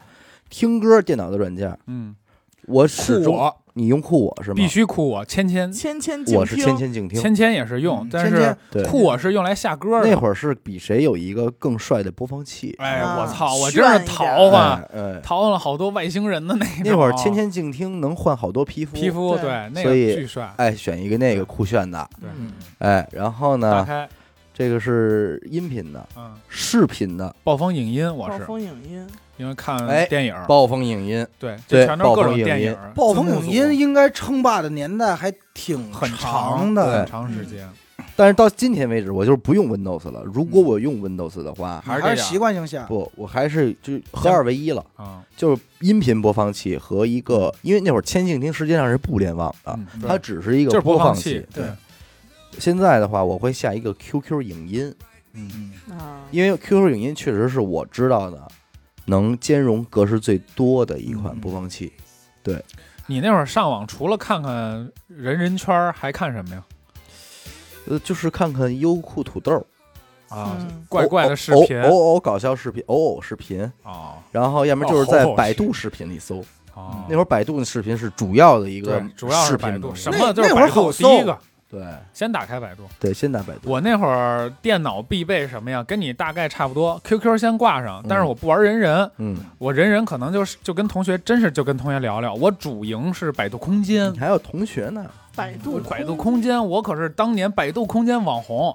听歌电脑的软件，嗯，我始酷终我你用酷我是吗？必须酷我，芊芊千千静我是千听，千静听。芊芊也是用嗯，但芊是芊对，酷我是用来下歌那的。会儿是比谁有一个更帅的播放器。哎，啊我操，我炫真是一点桃花，哎哎桃花了好多外星人的那种那会儿千千静听能换好多皮肤，皮肤对对那所个以巨帅，哎，选一个那个酷炫的，对嗯哎，然后打呢，开这个是音频的、嗯，视频的、暴风影音我暴是风影音，因为看哎电影，暴风影音，对，对就全都是暴各种风影电音影，暴风字幕影组音应该称霸的年代还挺很长很的，长时间，但是到今天为止，我就是不用 Windows 了。如果我嗯用 Windows 的话，还是这还样是习惯性下。不，我还是就合二为一了，啊，就是音频播放器和一个，因为那会儿千静听实际上是不联网的，嗯啊它只是一就是个播放放器，对对，现在的话，我会下一个 QQ 影音，嗯，啊，因为 QQ 影音确实是我知道的能兼容格式最多的一款嗯播放器。你那会儿上网除了看看人人圈儿，还看什么呀？呃，就是看看优酷土豆，啊嗯，怪怪的视频偶偶偶偶搞笑视频，偶偶视频，哦然后要么就是哦在偶偶百视度视频里搜。哦，那会儿百度的视频是主要的一个对，主要视是频百的度，东西什么就是那会儿百度好第一搜个，对先打开百度。对，先打百度。我那会儿电脑必备什么呀？跟你大概差不多，QQ 先挂上，但是我不玩人人，嗯，我人人可能就是就跟同学，真是就跟同学聊聊。我主营是百度空间你，还有同学呢，百度百度空间，我可是当年百度空间网红。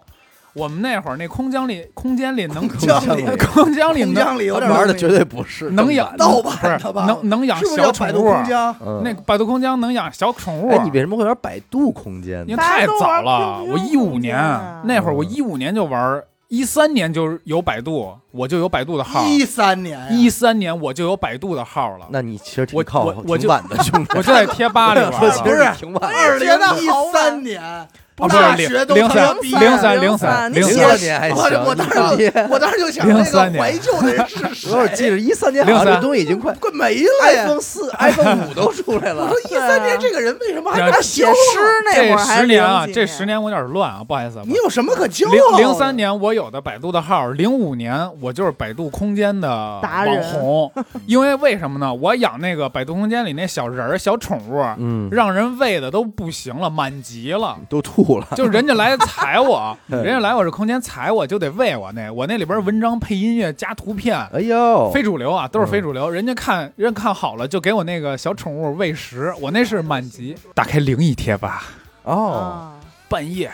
我们那会儿那空间里，空间里能空间里空间里空能江里有点玩的东西绝对不是能养盗不版是的吧能能养是不是小叫宠百度物啊空？江？嗯那个百度空间能养小宠物？哎，你为什么会玩百度空间因为呢？太早大家了，都玩我一五 QQ 年啊那会儿，我嗯一五年就玩，一三年就有百度，我就有百度的号，一三年哎呀，一三年我就有百度的号了，那你其实挺我靠我我挺就晚的，兄弟。 我就在贴吧里 玩我其了。实不是挺晚的。二零觉得好一晚三年，啊，不大是学零都零他妈三毕零业。三零03零你零写三三年还我行，我当时你 我当时就想，那03个年怀旧的人 是谁？我记得一三年好像这03东西已 经快快没了呀！ iPhone 四、iPhone 五都出来哎我了说。一三年这个人为什么还对那么写骄傲诗那这会儿还呃十是年啊，零几这十年我有点乱啊，不好意思啊。你有什么可骄零傲的？零三年我有的百度的号，零五年我就是百度空间的达人网 红，因为为什么呢？我养那个百度空间里那小人儿、小宠物，嗯，让人喂的都不行了，满级了。都吐了。就是人家来踩我，嗯人家来我这空间踩我就得喂我那，我那里边文章配音乐加图片，哎呦，非主流啊，都是非主流。人家看人家看好了就给我那个小宠物喂食，我那是满级。打开灵异贴吧，哦，啊，半夜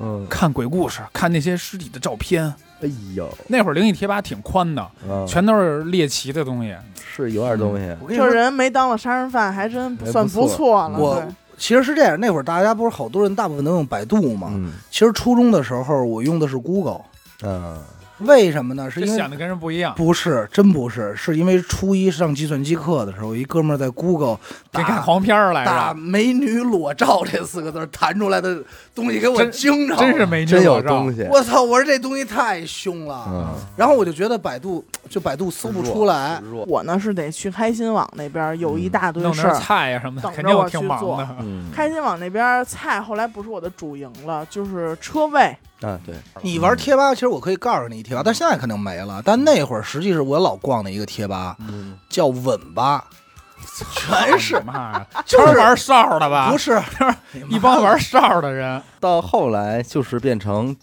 嗯，看鬼故事，看那些尸体的照片。哎呦，那会儿灵异贴吧挺宽的，嗯全都是猎奇的东西。是有点东嗯西。我跟你这说，人没当了杀人犯，还真还算不错错了。我对其实是这样，那会儿大家不是好多人，大部分都用百度嘛。嗯其实初中的时候，我用的是 Google，嗯，为什么呢？是这因显为得跟人不一样。不是，真不是，是因为初一上计算机课的时候，我一哥们儿在 Google 给看打黄片儿来着，打“美女裸照”这四个字儿弹出来的东西，给我真惊着了，真是没真有照东。西。我操！我说这东西太凶了。嗯，啊然后我就觉得百度就百度搜不出来，弱。我呢是得去开心网那边儿有一嗯大堆弄事点儿。菜呀、什么的，等着肯定我我挺去忙做 的。嗯，开心网那边儿菜后来不是我的主营了，就是车位。啊，对，你玩贴吧，其实我可以告诉你一贴吧，但现在肯定没了。但那会儿实际是我老逛的一个贴吧，嗯，叫稳吧，全是妈哎呀， 就是全是玩哨的吧？不是 一帮玩哨的人，到后来就是变成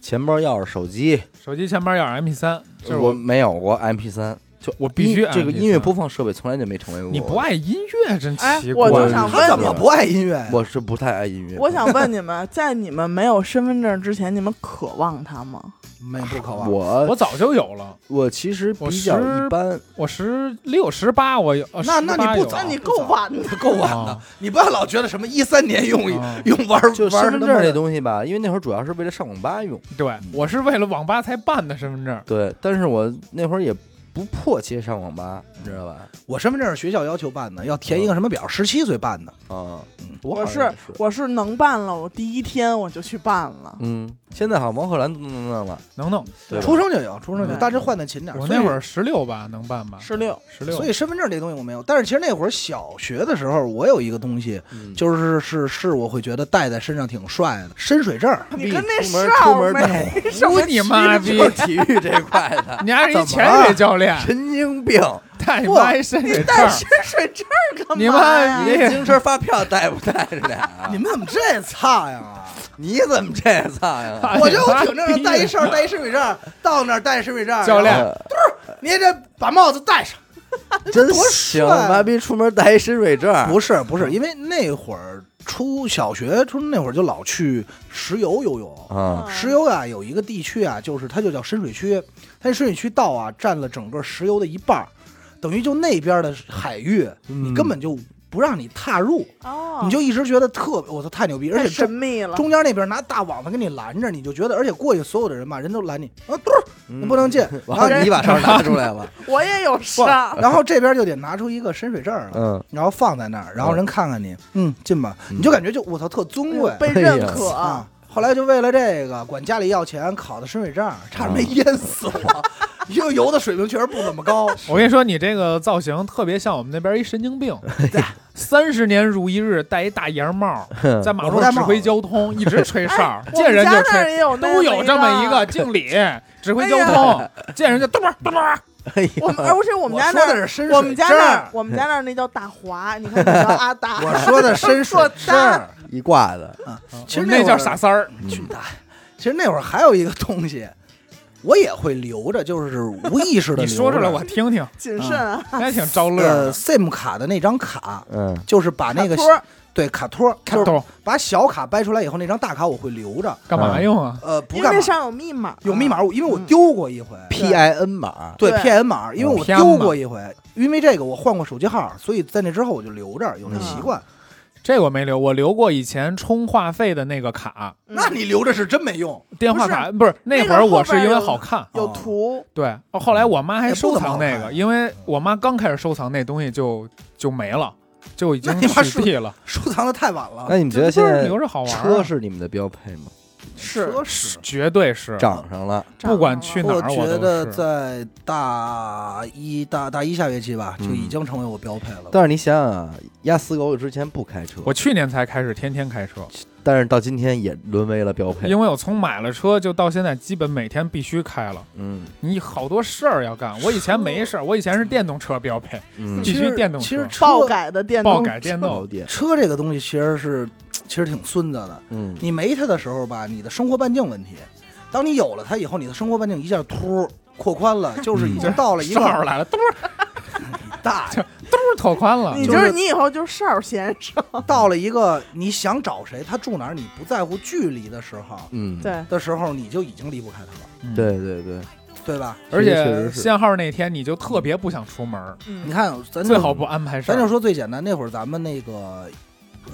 钱包、钥匙、手机，手机前面要 MP 三，就是我没有过 MP 三，就我必须音这个 MP3 音乐播放设备从来就没成为过。你不？爱音乐真哎奇怪。我我就想是问怎你么们，不爱音乐呀？我是不太爱音乐。我想问你们，在你们没有身份证之前，你们渴望它吗？没不渴望，我我早就有了，我其实比较一般，我十六十八我有。呃那那你18不有那你够晚的，够晚的啊。你不要老觉得什么一三年用啊用玩就身玩份证这东西吧，因为那会儿主要是为了上网吧用。对，我是为了网吧才办的身份证。对，但是我那会儿也不迫切上网吧，你知道吧？西，我身份证是学校要求办的，要填一个什么表，十七岁办的。嗯啊，我我好像是也是，我是能办了，我第一天我就去办了。嗯，现在好像毛贺兰都能弄了，能弄，对吧出生就有，出生就有，对但是换的勤点。我所以那会儿十六吧，能办吧？十六，十六，所以身份证这东西我没有，但是其实那会儿小学的时候，我有一个东西，嗯就是是是我会觉得戴在身上挺帅的，深水证儿。你跟那出门少出门没带 什么你妈区逼就是 体育这块 的， 你还是一怎么潜水教练，神经病。带你不妈一深别水证带儿，深水证干嘛你妈呀？你那自行车发票带不带着 俩？你们怎么这差呀？你怎么这样哎呀？我觉得我挺正常，带一哨，带一深水证儿，到那儿带一深水证儿。教哎练然后，你也得把帽子戴上。真多行，帅啊妈逼出门带一深水证，哎不是不是，因为那会儿初小学初中那会儿就老去石油游泳，嗯啊，石油啊，有一个地区啊，就是它就叫深水区，它深水区道啊占了整个石油的一半儿，等于就那边的海域，你你根本就不让你踏入，哦，你就一直觉得特我操太牛逼，而太且神中秘了，中间那边拿大网子给你拦着，你就觉得，而且过去所有的人吧，人都拦你嗯啊，嘟儿，你 不能进，然后完了，你把勺拿出来了，我也有伤，然后这边就得拿出一个深水证儿来， 嗯，然后放在那儿，然后人看看你，嗯，进吧，你就感觉就我操特哎尊呦贵，被哎认呀可，啊。后来就为了这个管家里要钱，考的深水证，差点没淹死我， 因为游的水平确实不怎么高。我跟你说，你这个造型特别像我们那边一神经病，三十年如一日，戴一大檐帽，在马我路不戴上帽指挥交通，一直吹哨，哎我见们人家就那儿吹，也有那都有这么一个个，敬礼，指挥交通，见人就嘟吧嘟吧。哎呀，我们而且我们我家说那的儿。是深我们水家证那儿儿，，我们家那儿那叫大华，你看那叫阿达，我说的 深水证儿。 一挂的，其实我们那会儿叫傻三儿，去你大爷！其实那会儿还有一个东西，我也会留着，就是无意识的。你说出来我听听，谨慎啊，还挺招乐呃儿。 ，SIM 卡的那张卡，嗯，就是把那个卡托儿对卡托儿，看就是懂把小卡掰出来以后，那张大卡我会留着。干嘛用啊？呃，不因为干嘛那上有密码，有密码，我因为我嗯丢过一回。 P I N 码，对对 P N 码，因为我 PN 丢过一回，因为这个我换过手机号，所以在那之后我就留着，有嗯这习惯。这我没留，我留过以前充话费的那个卡，嗯，那你留着是真没用，电话卡不是那那会儿个后我是边因为有好看，有图，对，哦后来我妈还嗯也不收怎么藏好那看个，因为我妈刚开始收藏那东西就就没了，就已经那你妈取是缔了。收藏的太晚了。那你们觉得这现不在是留着好玩儿啊？车是你们的标配吗？是车是，绝对是，涨上了，长不管了去哪我儿觉得都是。在大一大大一下学期吧，就嗯已经成为我标配了。但是你想想啊，压死狗之前不开车，我去年才开始天天开车，但是到今天也沦为了标配。因为我从买了车就到现在，基本每天必须开了。嗯你好多事儿要干，我以前没事儿，我以前是电动车标配，嗯必，其须实电动其实车车爆改的电爆动改电老动。点，车这个东西其实是其实挺孙子的。嗯，你没它的时候吧，你的生活半径问题；当你有了它以后，你的生活半径一下突扩宽了，就是已经到了一哨嗯儿个来了，嘟儿大嘟儿拓宽了。你就就是是你以后就是少先生，到了一个你想找谁，他住哪儿，你不在乎距离的时候嗯，对，的时候，你就已经离不开他了，嗯，对对对，对吧？而其实确且实是限号那天你就特别不想出门儿，你嗯，看，咱就最好不安排事咱儿就。说最简单，那会儿咱们那个。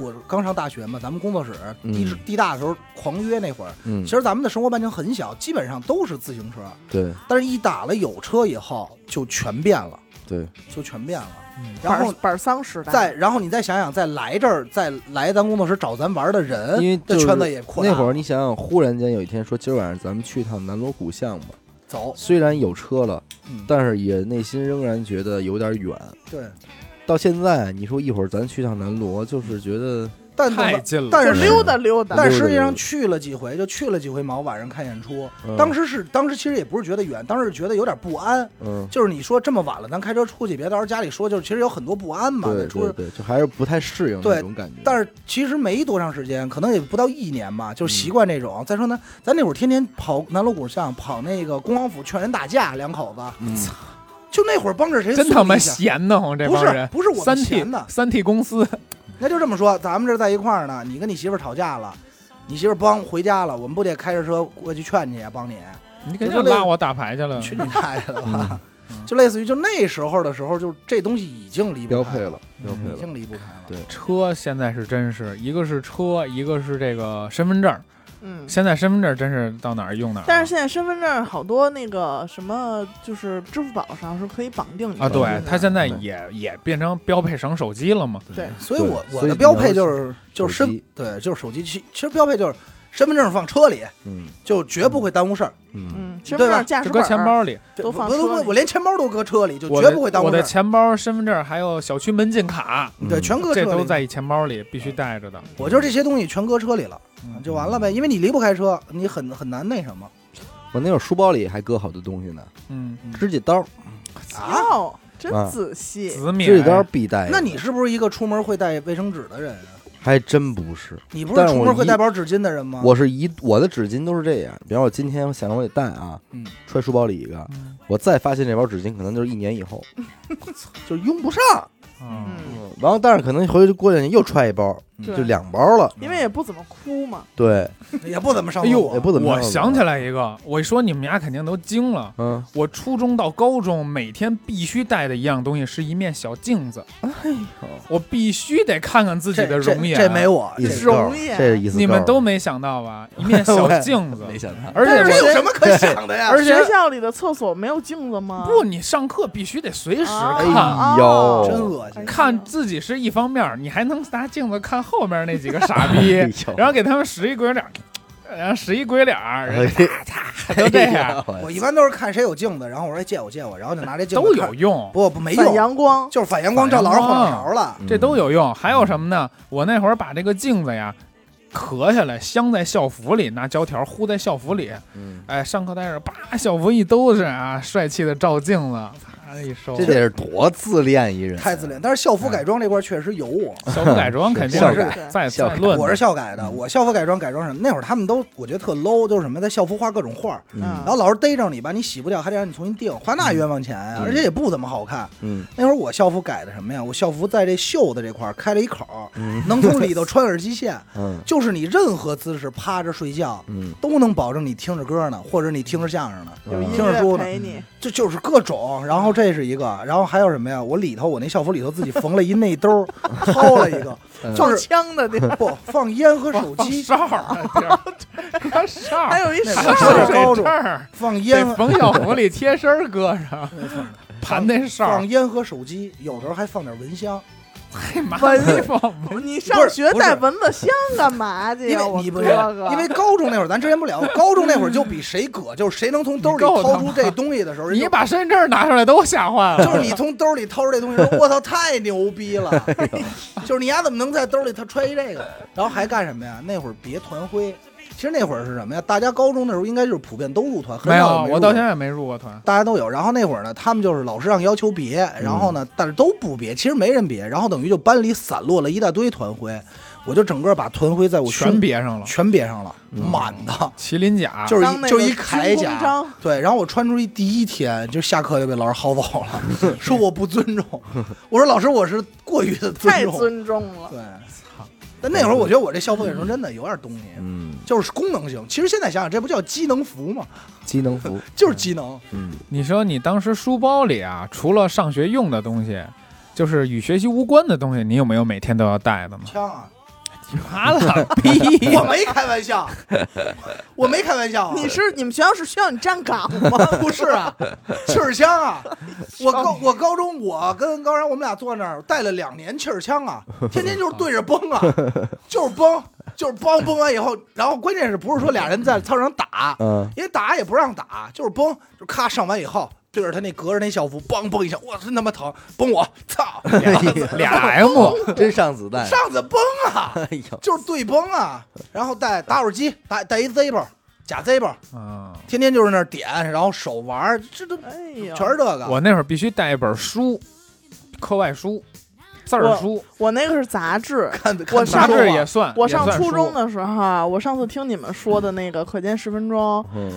我刚上大学嘛，咱们工作室嗯地质地大的时候狂约那会儿，嗯其，实咱们的生活半径很小，基本上都是自行车，对但是一打了有车以后就全变了，对，就全变了。嗯然后板板桑时代，再然后你再想想，再来这儿，再来咱工作室找咱玩的人，因为这就是圈子也扩大那了。会儿你想想，忽然间有一天说今儿晚上咱们去一趟南锣鼓巷吧，走，虽然有车了，嗯，但是也内心仍然觉得有点远。对，到现在你说一会儿咱去趟南锣，就是觉得但太近了，但就是溜达溜达，但溜达实际溜上达去了几回，就去了几回毛晚上看演出。嗯当时是当时其实也不是觉得远，当时觉得有点不安。嗯，就是你说这么晚了，咱开车出去，别到时候家里说，就是其实有很多不安嘛。对在出对对，就还是不太适应那对种感觉。但是是其实没多长时间，可能也不到一年嗯吧，就习惯这种。再说呢，咱那会儿天天跑南锣鼓巷，跑那个恭王府劝人打架，两口子，嗯，就那会儿帮着谁真他妈闲。闲得慌，这不帮是人。不是我三们 T 闲的，三 T 公司，那就这么说，咱们这在一块儿呢，你跟你媳妇儿吵架了，你媳妇儿帮回家了，我们不得开着车过去劝你啊，帮你你肯定拉我打牌去嗯了。去你大爷的吧！就类似于就那时候的时候，就这东西已经离不标配开了，，标配已了。嗯经离不开了。对 车现在是真是，一个是车，一个是这个身份证。嗯。现在身份证真是到哪儿用哪儿。但是现在身份证好多那个什么，就是支付宝上是可以绑定你啊，身份对证嗯的它现在也也变成标配省手机了嘛。对所以我对所我以的你标要配是就是就是手身机对就是手机，其其实标配就是身份证放车里，嗯就绝不会耽误事儿。嗯，嗯，身份对吧证、驾驶就本搁儿钱，包里，这都不放不车不里我连钱包都搁车里，就我绝的不会耽我误的事儿。钱包、身份证还有小区门禁卡，嗯对，全搁车这里。都在一钱包里必须带着的。我就是这些东西全搁车里了，嗯嗯就完了呗。因为你离不开车，你很很难那什么我那会儿书包里还搁好多东西呢，嗯，指甲刀，啊。嗯哟，啊真仔细，紫米指甲刀必带。那你是不是一个出门会带卫生纸的人啊？还真不是，你不是但我出门会一带包纸巾的人吗？我是一我的纸巾都是这样，比方我今天我想我得带啊，嗯揣书包里一个，嗯我再发现这包纸巾可能就是一年以后，嗯就用不上。嗯嗯，然后但是可能回去过两年又揣一包，对就两包了。因为也不怎么哭嘛。对，也不怎么上哎厕呦，也所。不怎么我上想起来一个，我一说你们俩肯定都惊了。嗯，我初中到高中每天必须带的一样东西是一面小镜子，哎我必须得看看自己的这这容颜。这没我，意这思够容易了，这啊是意思够了。，你们都没想到吧？一面小镜子 想到，而且但是我有什么可想哎的呀？而且学校里的厕所没有镜子吗？不，你上课必须得随时哦啊，看。哎呦真恶心哎呀看自己是一方面儿，你还能拿镜子看后面那几个傻哎 逼，然后给他们使一鬼脸儿，然后使一鬼脸儿，哎人家就哎都这样，我一般都是看谁有镜子，然后我说哎借我借我，然后就拿这镜子都看有，用，不不没反用，阳光，就是反阳光照老师后脑勺了。 嗯这都有用。还有什么呢？我那会儿把这个镜子呀。咳下来，镶在校服里，拿胶条糊在校服里。嗯，哎，上课戴着，叭，校服一兜是啊，帅气的照镜子，哎啪一收。这得是多自恋一人，太自恋，但是校服改装这块确实有我，校服改 装肯定校是改在校在改论的，我是校改的，我校服改装改装什么？那会儿他们都我觉得特 low，就是什么在校服画各种画，然嗯后老师逮着你吧，你洗不掉还得让你重新订，花那冤枉钱啊嗯，而且也不怎么好看。嗯那会儿我校服改的什么呀？我校服在这袖子这块儿开了一口儿，嗯能从里头穿耳机线，嗯就是你任何姿势趴着睡觉。嗯，都能保证你听着歌呢，或者你听着相声呢，有音听着嗯乐书呢，陪你，这就是各种。然后这是一个，然后还有什么呀？我里头我那校服里头自己缝了一内 兜，掏了一个，就放是枪的地方，不放烟和手放机，哨儿 啊，这儿放哨儿， 还有一那手我还有上高这中儿。放 烟得，冯小红里贴身儿搁上，盘那哨放儿，烟和手机，有时候还放点蚊香，太麻闻烦了。你不上是学不是带蚊子香干嘛去因呀？为我你不是哥哥，因为高中那会儿咱之前不聊，高中那会儿就比谁葛，就是谁能从兜里你够他掏妈出这东西的时候，人你就把身份证拿出来都吓坏了。 就是你从兜里掏出这东西，说我操，太牛 逼了！就是你丫怎么能在兜里他揣一这个？然后还干什么呀？那会儿别团徽，其实那会儿是什么呀？大家高中的时候应该就是普遍都入团，很没少有，人没入我到现在也没入过团。大家都有。然后那会儿呢，他们就是老师让要求别，然后嗯呢，但是都不别，其实没人别。然后等于就班里散落了一大堆团徽，我就整个把团徽在我全胸别上了，全别上了，嗯满的。麒麟甲就是当一那就个一军铠功甲章，对，然后我穿出去第一天就下课就被老师薅走了，说我不尊重，我说老师我是过于的尊太重，尊重了。对，但那会儿我觉得我这校服改装真的有点东西，嗯， 就是功能性。其实现在想想，这不叫机能服吗？机能服，就是机能，嗯，你说你当时书包里啊，除了上学用的东西，就是与学习无关的东西，你有没有每天都要带的吗？枪啊！妈了逼！我没开玩笑，我没开玩笑啊，你是你们学校是需要你站岗吗？ 不是啊？气儿枪啊！我高我高中我跟高然我们俩坐那儿带了两年气儿枪啊，天天就是对着崩啊，就是崩，就是崩崩完以后，然后关键是不是说俩人在操场上打，嗯， 因为打也不让打，就是崩，就咔上完以后。对着他那隔着那校服，梆梆一下，我真他妈疼！崩我，操！俩 M， 真上子弹，上次崩啊，哎呦，就是对崩啊，然后带打火机，带带一 Zippo，假 Zippo，嗯，天天就是那儿点，然后手玩儿，这都哎呦，全是这个。我那会儿必须带一本书，课外书、字儿我书，我那个是杂志。看看啊我杂上志也算。我也上算初书中的时候啊，我上次听你们说的那个《课间十分钟嗯》，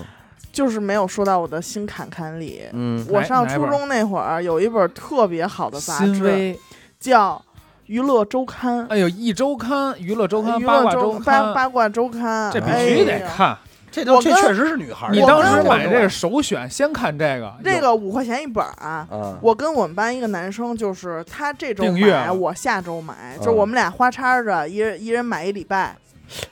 就是没有说到我的心坎坎里。嗯我上哪初本中那会儿有一本特别好的杂新志，微叫《娱乐周刊》。哎呦，一周刊、娱乐周刊、娱八乐卦周周八刊，八卦周刊，这必哎须得呀。看。这都我这跟确实是女孩儿。你我当跟时我买这是首选，先看这个。这有个五块钱一本儿啊。啊，我跟我们班一个男生，就是他这周订阅买，了我下周买，嗯就是我们俩花插着，一人一人买一礼拜。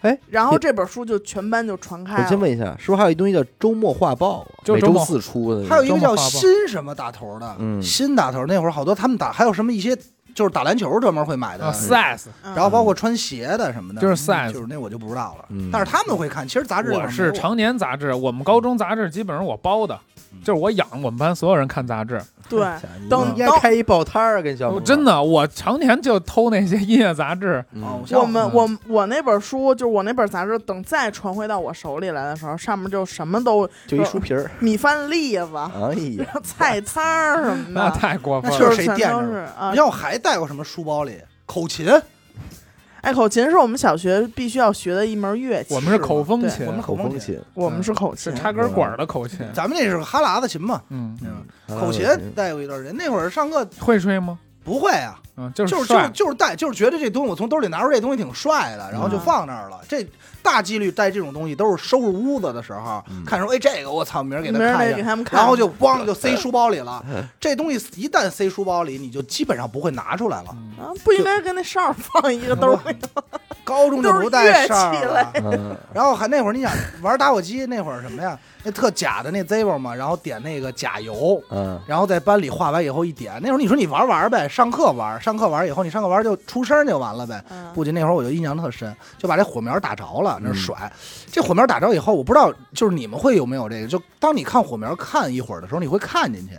哎，然后这本书就全班就传开我先了。问一下，是不是还有一东西叫周末画报啊？就是每周周末四出的那还有个，一个叫新什么打头的，嗯新打头那会儿好多他们打，还有什么一些就是打篮球专门会买的啊，，size 嗯然后包括穿鞋的什么的，就是嗯 size 就是那我就不知道了嗯。但是他们会看，其实杂志我是常常年杂志，我们高中杂志基本上我包的，就是我养我们班所有人看杂志。对，等等应该开一报摊儿啊跟小我哦真的，的，我常年就偷那些音乐杂志。哦嗯，像我我们嗯我我那本书，就是我那本杂志，等再传回到我手里来的时候，上面就什么都就一书皮儿，米饭粒子、 哎 呀， 菜汤儿什么啊那的，太过分那了就确实是谁全垫都着是啊你。像我还带过什么书包里口琴，哎，口琴是我们小学必须要学的一门乐器。我们是口风琴我，嗯们口风风，琴，我们是口是琴，插根管儿的口琴。咱们那是哈喇子琴嘛，嗯，嗯，啊口琴带过一段时间。那会儿上课会吹吗？不会啊，嗯，就就是是就是帅，就是带，就是觉得这东西我从兜里拿出这东西挺帅的，然后就嗯放那儿了。这大几率带这种东西都是收拾屋子的时候，嗯看说哎这个我操，明儿给他没人看得一给下。他们看，然后就咣就塞书包里 了，这东西一旦塞书包里，你就基本上不会拿出来了。嗯啊，不应该跟那哨儿放 一个兜儿里，高中就不带哨儿了， 嗯，然后还那会儿你想玩打火机那会儿什么呀？那特假的那 Zippo 嘛，然后点那个假油，嗯，然后在班里画完以后一点。那会儿你说你玩玩呗，上课玩，上课玩以后你上课玩就出声就完了呗。嗯。不仅那会儿我就印象特深，就把这火苗打着了，嗯那儿甩。这火苗打着以后，我不知道就是你们会有没有这个，就当你看火苗看一会儿的时候，你会看进去，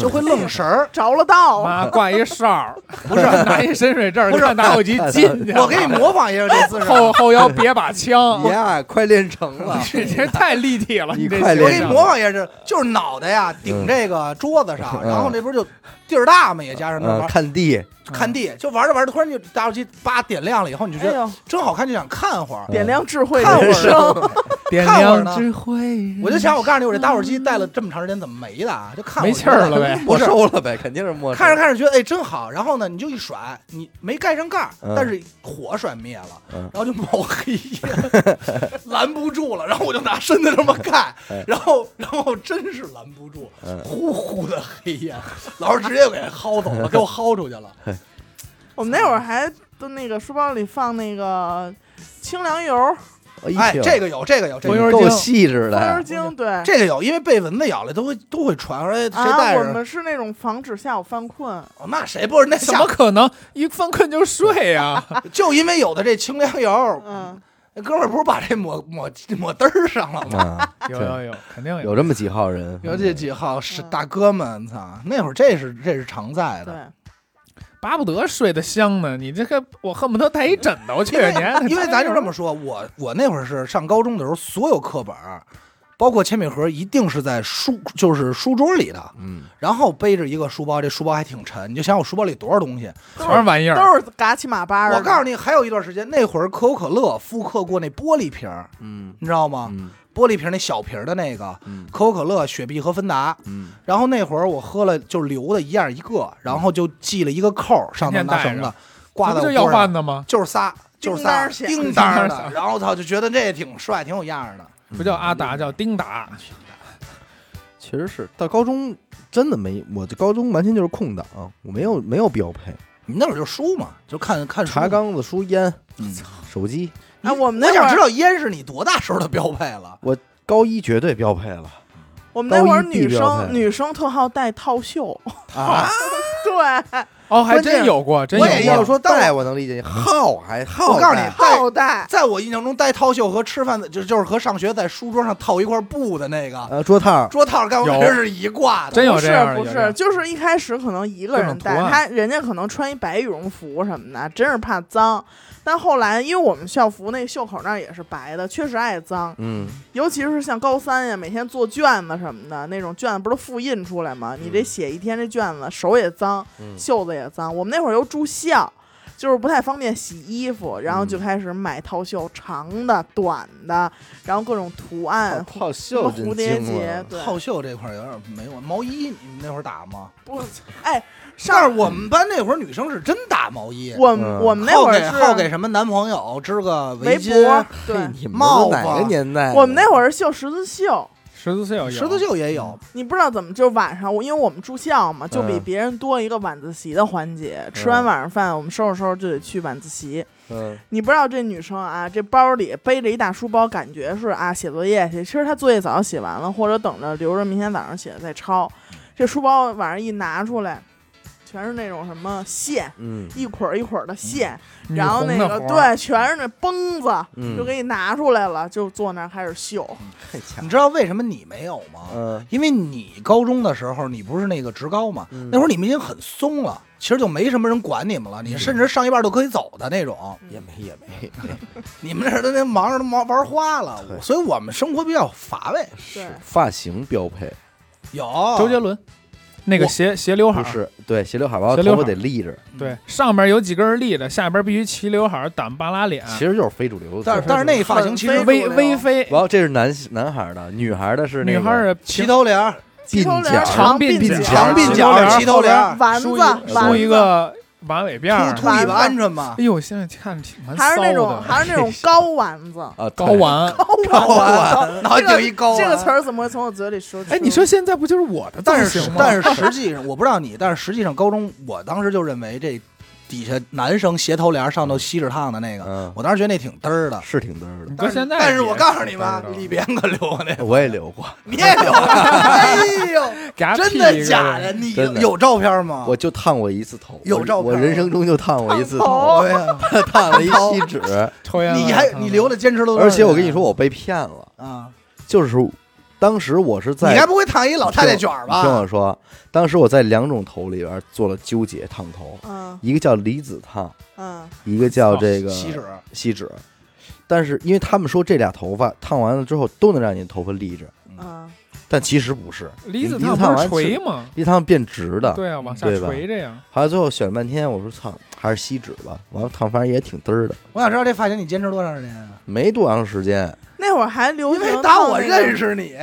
就会愣神儿 着了道儿，妈挂一哨儿， 不是拿一深水证，不是看 打火机进去，我给你模仿一下这姿势，啊后后腰别把 枪， 呀，快练成了，这这太立体了，嗯你这快形我练给你象模仿一下，这就是脑袋呀顶这个桌子上，嗯然后这不是就地儿大嘛，也加上那玩嗯，看地，看地，就玩着玩着，突然就打火机叭点亮了以后，你就哎觉得呦，真好看，就想看会儿。点亮智慧看人会儿生， 点看会儿亮呢智慧。我就想，我告诉你，我这打火嗯机带了这么长时间，怎么没的啊？就看会没气儿了 呗，没收了呗，肯定是没收。看着看着觉得哎真好，然后呢你就一甩，你没盖上盖儿，嗯但是火甩灭了，嗯然后就冒黑烟， 拦不住了，然后我就拿身子这么盖哎，然后然后真是拦不住，嗯呼呼的黑烟，老师直接给薅走了，给我薅出去了。 我们那会儿还都那个书包里放那个清凉油儿、哎，呦这个有，这个有，这这个风油有个够细致风油的，精，对。这个有，因为被蚊子咬了都会都会传，说哎谁啊，带我着？们是那种防止下午犯困，哦那谁不是那怎下么可能一犯困就睡呀？就因为有的这清凉油，嗯，那哥们儿不是把这抹抹抹嘚儿上了吗？啊， 有对有有，肯定有。这么几号人，有这几号是嗯大哥们，操！那会儿这是这是常在的，对，巴不得睡得香呢，你这个我恨不得带一枕 头去。因为你还因为咱就这么说，我我那会儿是上高中的时候，所有课本儿，包括铅笔盒，一定是在书就是书桌里的，嗯，然后背着一个书包，这书包还挺沉，你就想我书包里多少东西。都全是玩意儿，都是嘎起马巴儿的。我告诉你，还有一段时间，那会儿可口可乐复刻过那玻璃瓶儿，嗯你知道吗？嗯玻璃瓶儿那小瓶儿的那个嗯可口可乐、雪碧和芬达。嗯，然后那会儿我喝了就留的一样一个，然后就系了一个扣儿，上头拿绳天天子带挂啊这在不我就要脖上饭，的吗？就是仨，就是叮当仨儿响叮当叮当儿的。儿响然后操，就觉得这也挺帅，挺有样儿的。嗯不叫阿达，叫丁达。其实是到高中真的没，我这高中完全就是空档，我没有没有标配，你那会儿就书嘛，就看看书茶。缸子、书、烟、嗯手机，哎，我们我那会想知儿，道烟是你多大时候的标配了？高一绝对标配了，我们那会儿高一地女标配生女生特好戴套袖， 啊，对，哦，还关键真有过，真我你也有要有过。说但我带我能理解，号还号，我告诉你戴套戴，在我印象中，戴套袖和吃饭的，就就是和上学在书桌上套一块布的那个呃，桌套，桌套，跟我有这是一挂的。真有不这样是的不有这样是，的就是一开始可能一个人带各种图他，案人家可能穿一白羽绒服什么的，真是怕脏。但后来，因为我们校服那袖口那儿也是白的，确实爱脏，嗯，尤其是像高三呀，每天做卷子什么的，那种卷子不是都复印出来吗？你这写一天这卷子，手也脏，嗯袖子也脏。我们那会儿又住校，就是不太方便洗衣服，然后嗯就开始买套袖，长的、短的，然后各种图案，哦套什袖么真蝴蝶精结了，，对，套袖这块儿有点没有毛衣，你们那会儿打吗？不，哎，但上是我们班那会儿女生是真打毛衣，我们嗯我们那会儿给后给是什么男朋友织个围巾，啊脖，对嘿，你们帽都子哪个年代的？我们那会儿是绣十字绣。十字绣有，十字绣也有。你不知道怎么，就晚上我因为我们住校嘛，就比嗯别人多一个晚自习的环节。吃完嗯晚上饭，我们收拾收拾就得去晚自习。 嗯，你不知道这女生啊，这包里背着一大书包，感觉是啊写作业去，其实她作业早就写完了，或者等着留着明天早上写再抄。这书包晚上一拿出来，全是那种什么线，嗯一捆儿一捆儿的线，嗯女然后红那的个活儿，对，全是那绷子，嗯就给你拿出来了，就坐那儿开始绣。太强你，知道为什么你没有吗？嗯，因为你高中的时候你不是那个职高嘛，嗯那会儿你们已经很松了，其实就没什么人管你们了，你嗯甚至上一半就可以走的那种。也没也没，你们这都那忙着都忙玩花了，对所以我们生活比较乏味。对，发型标配有周杰伦那个斜斜刘海不儿，是对斜刘海儿，把我斜刘头发海儿得立着，对，上边有几根立着，下边必须齐刘海儿，挡半拉脸。其实就是非主流的但头发。是但是那发型其实很非微主流微飞，然后这是男男孩儿的，女孩儿的是那女个孩儿齐头帘儿、齐头鬓帘儿角，长鬓鬓角角、长鬓齐头帘角、儿齐头帘儿，丸子梳一、丸梳一子个马尾辫秃儿。秃尾巴鹌鹑嘛哎，呦，现在看着挺蛮还是骚那种的，还是那种高丸子啊，睾对丸。高丸子，脑这个顶一啊高 丸这个词儿怎么会从我嘴里说出？哎，你说现在不就是我的造呃但型是吗？但是实际上，我不知道你，但是实际上高中我当时就认为这底下男生斜头帘上头锡纸烫的那个，嗯，我当时觉得那挺嘚儿的。是挺嘚儿的。搁现在也，但是我告诉你吧，也里边可留过那个，我也留过，你也留过。哎呦，给他真剃一的个假的？？你有真的有照片吗？我就烫过一次头，有照片我我吗人生中就烫过一次头，头哎呀， 烫了一锡 纸，抽烟了，你还烫你留了的坚持都多少而且我年跟你说，我被骗了，啊，就是当时我是在你该不会烫一老太太卷儿你听吧？我说，当时我在两种头里边做了纠结烫头，嗯一个叫离子烫，嗯一个叫这个哦锡纸，锡纸。但是因为他们说这俩头发烫完了之后都能让你头发立着，嗯，但其实不是，离子离烫子不烫是完垂是吗？离子烫变直的。对啊，往下对吧垂着呀。后来最后选了半天，我说操，还是锡纸吧。完了烫，反正也挺嘚儿的，我想知道这发型你坚持多长时间啊？没多长时间。那会儿还流因行为打烫我那个认，识你，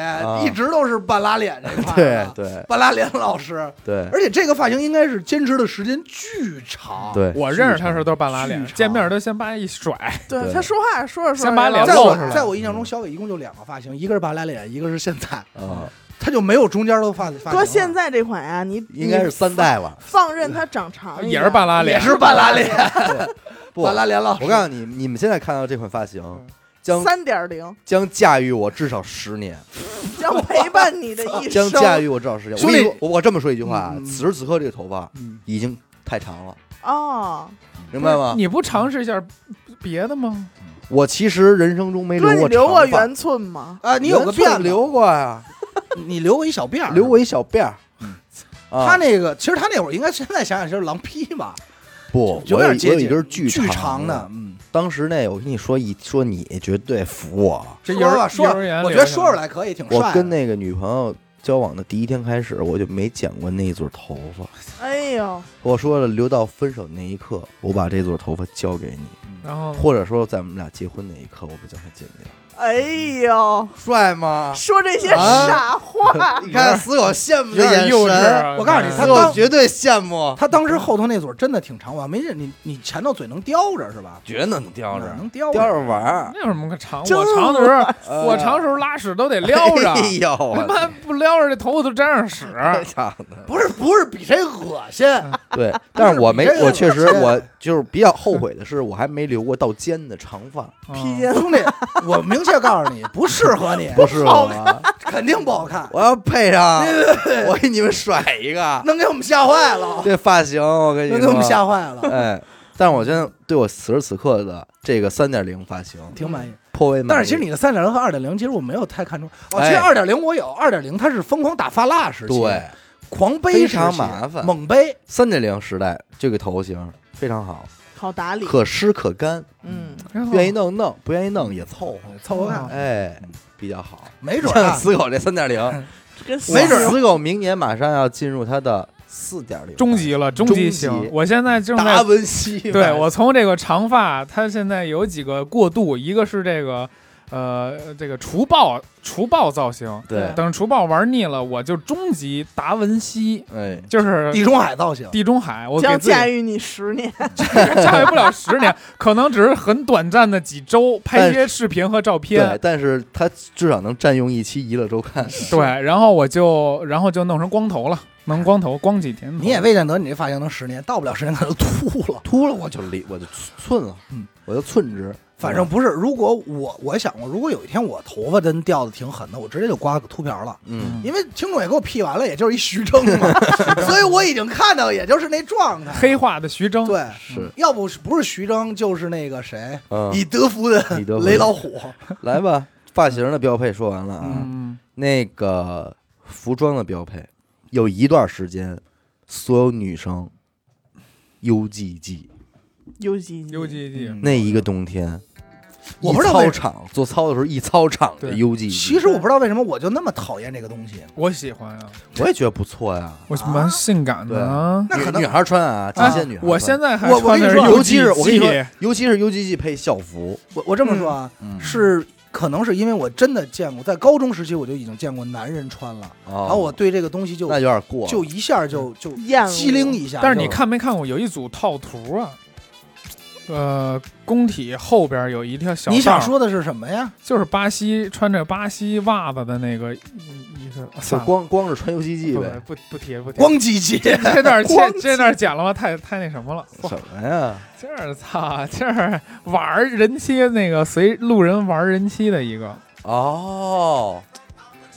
一直都是半拉脸这块啊对儿的，对半拉脸老师，对而且这个发型应该是坚持的时间巨长。，对，我认识他的时候都是半拉脸巨，长见面都先把一甩，对对他说话说着说着，先把脸在露我出来在我印象中，小伟一共就两个发型，一个是半拉脸，一个是现在，啊，他就没有中间的发发型了。搁现在这款呀，你应该是三代吧。放任它长长一点也是半拉哎也脸，是半拉脸，不，我半拉脸嗯老师。告诉你，你们现在看到这款发型，将三点零，将驾驭我至少十 年。将陪伴你的一将生。驾驭我至少时间。我兄弟跟你说我我这么说一句话啊，嗯嗯此时此刻这个头发嗯已经太长了，哦，明白吗？你不尝试一下别的吗？我其实人生中没留哥，你过留过长发圆寸吗？啊，你有个圆寸辫子留，过呀，你留过一小辫儿，留过。一小辫儿。啊嗯他那个其实他那会儿应该现在想想就是狼披吧，不，有我有点我有接一近根巨巨长的，。嗯，当时那我跟你说一说，你绝对服我。这幼说吧儿说幼吧儿园，我觉得说出来可以挺帅的。我跟那个女朋友交往的第一天开始，我就没剪过那撮头发。哎呦，我说了，留到分手那一刻，我把这撮头发交给你，然后或者说在我们俩结婚那一刻，我把将它剪掉。哎呦，帅 吗？说这些傻话，你看死狗羡慕有的点眼幼稚神，啊。我告诉你看死他狗当绝对羡慕，他当时后头那撮真的挺长，我没认你，你前头嘴能叼着是吧？绝能叼能叼叼着玩儿。那有什么可长？我真长的时候，呃我长时候拉屎都得撩 着哎，呦，我他妈不撩着这头发都沾上屎。操的！不是不是比谁恶心， 对，但是我没不是，你我确实这个我就是比较后悔的是，我还没留过到肩的长发，披嗯肩兄弟， 我明确告诉你， 不适合你， 不是我吗？肯定不好看，我要配 上，我给你们甩一个，能给我们吓坏了，这发型我跟你能给我们吓说，坏了，哎，但是我现在对我此时此刻的这个三点零发型挺满意。颇为满意，但是其实你的三点零和二点零，其实我没有太看出。哦，其实哎二点零我有，二点零它是疯狂打发蜡时期，对，狂背非时常期麻烦猛背。三点零时代这个头型非常好，好打理，可湿可干，嗯，愿意弄弄，不愿意弄也凑合，哦凑合看，哎，比较好。没准儿像啊，死狗这三点零，跟没准儿死狗明年马上要进入它的四点零终极了，终终极极型。我现在正达在文西吧，对我从这个长发，它现在有几个过渡，一个是这个呃这个除暴除暴造型，对，等除暴玩腻了，我就终极达文西，哎，就是地中海造型，地中海，我给将自己驾驭你十年。驾驭不了十年，可能只是很短暂的几周，呃拍一些视频和照对片，。但是它至少能占用一期《娱乐周刊》， 对，然后我就然后就弄成光头了，能光头光几天头。你也未见得你这发型能十年，到不了十年可能秃了。秃了我就离我就寸了，嗯，我就寸直，反正不是，如果我我想过，如果有一天我头发真掉的挺狠的，我直接就刮个秃瓢了。嗯，因为听众也给我 P 完了，也就是一徐峥嘛，所以我已经看到，也就是那状态。黑化的徐峥，对，是，要不是不是徐峥，就是那个谁，嗯，以德服人，以德服人雷老虎。来吧，发型的标配说完了啊，嗯，那个服装的标配，有一段时间，所有女生 UGG。 U G 优 G G，嗯那一个冬天，我不知道一操为场做操的时候，一操场的对 UG，其实我不知道为什么我就那么讨厌这个东西。我喜欢啊，我也觉得不错呀。我啊蛮性感的啊。那可能女女孩穿啊，极哎限女孩穿。我现在还我我穿跟的是你说尤优其是我跟你 GG 说，尤其是 UGG 配校服，我我这么说啊，嗯是可能是因为我真的见过，在高中时期我就已经见过男人穿了，然然后我对这个东西就哦那有点过了，就一下就就厌恶机灵一下。但是就你看没看过有一组套图啊？呃，工体后边有一条小道，你想说的是什么呀？就是巴西穿着巴西袜子的那个一一个，就算了光光是穿游戏机不呗，不不提了不提了。光机器，这段光这这段讲了吗？太太那什么了，哇什么呀？这儿操，这儿玩儿人妻那个随路人玩儿人妻的一个哦，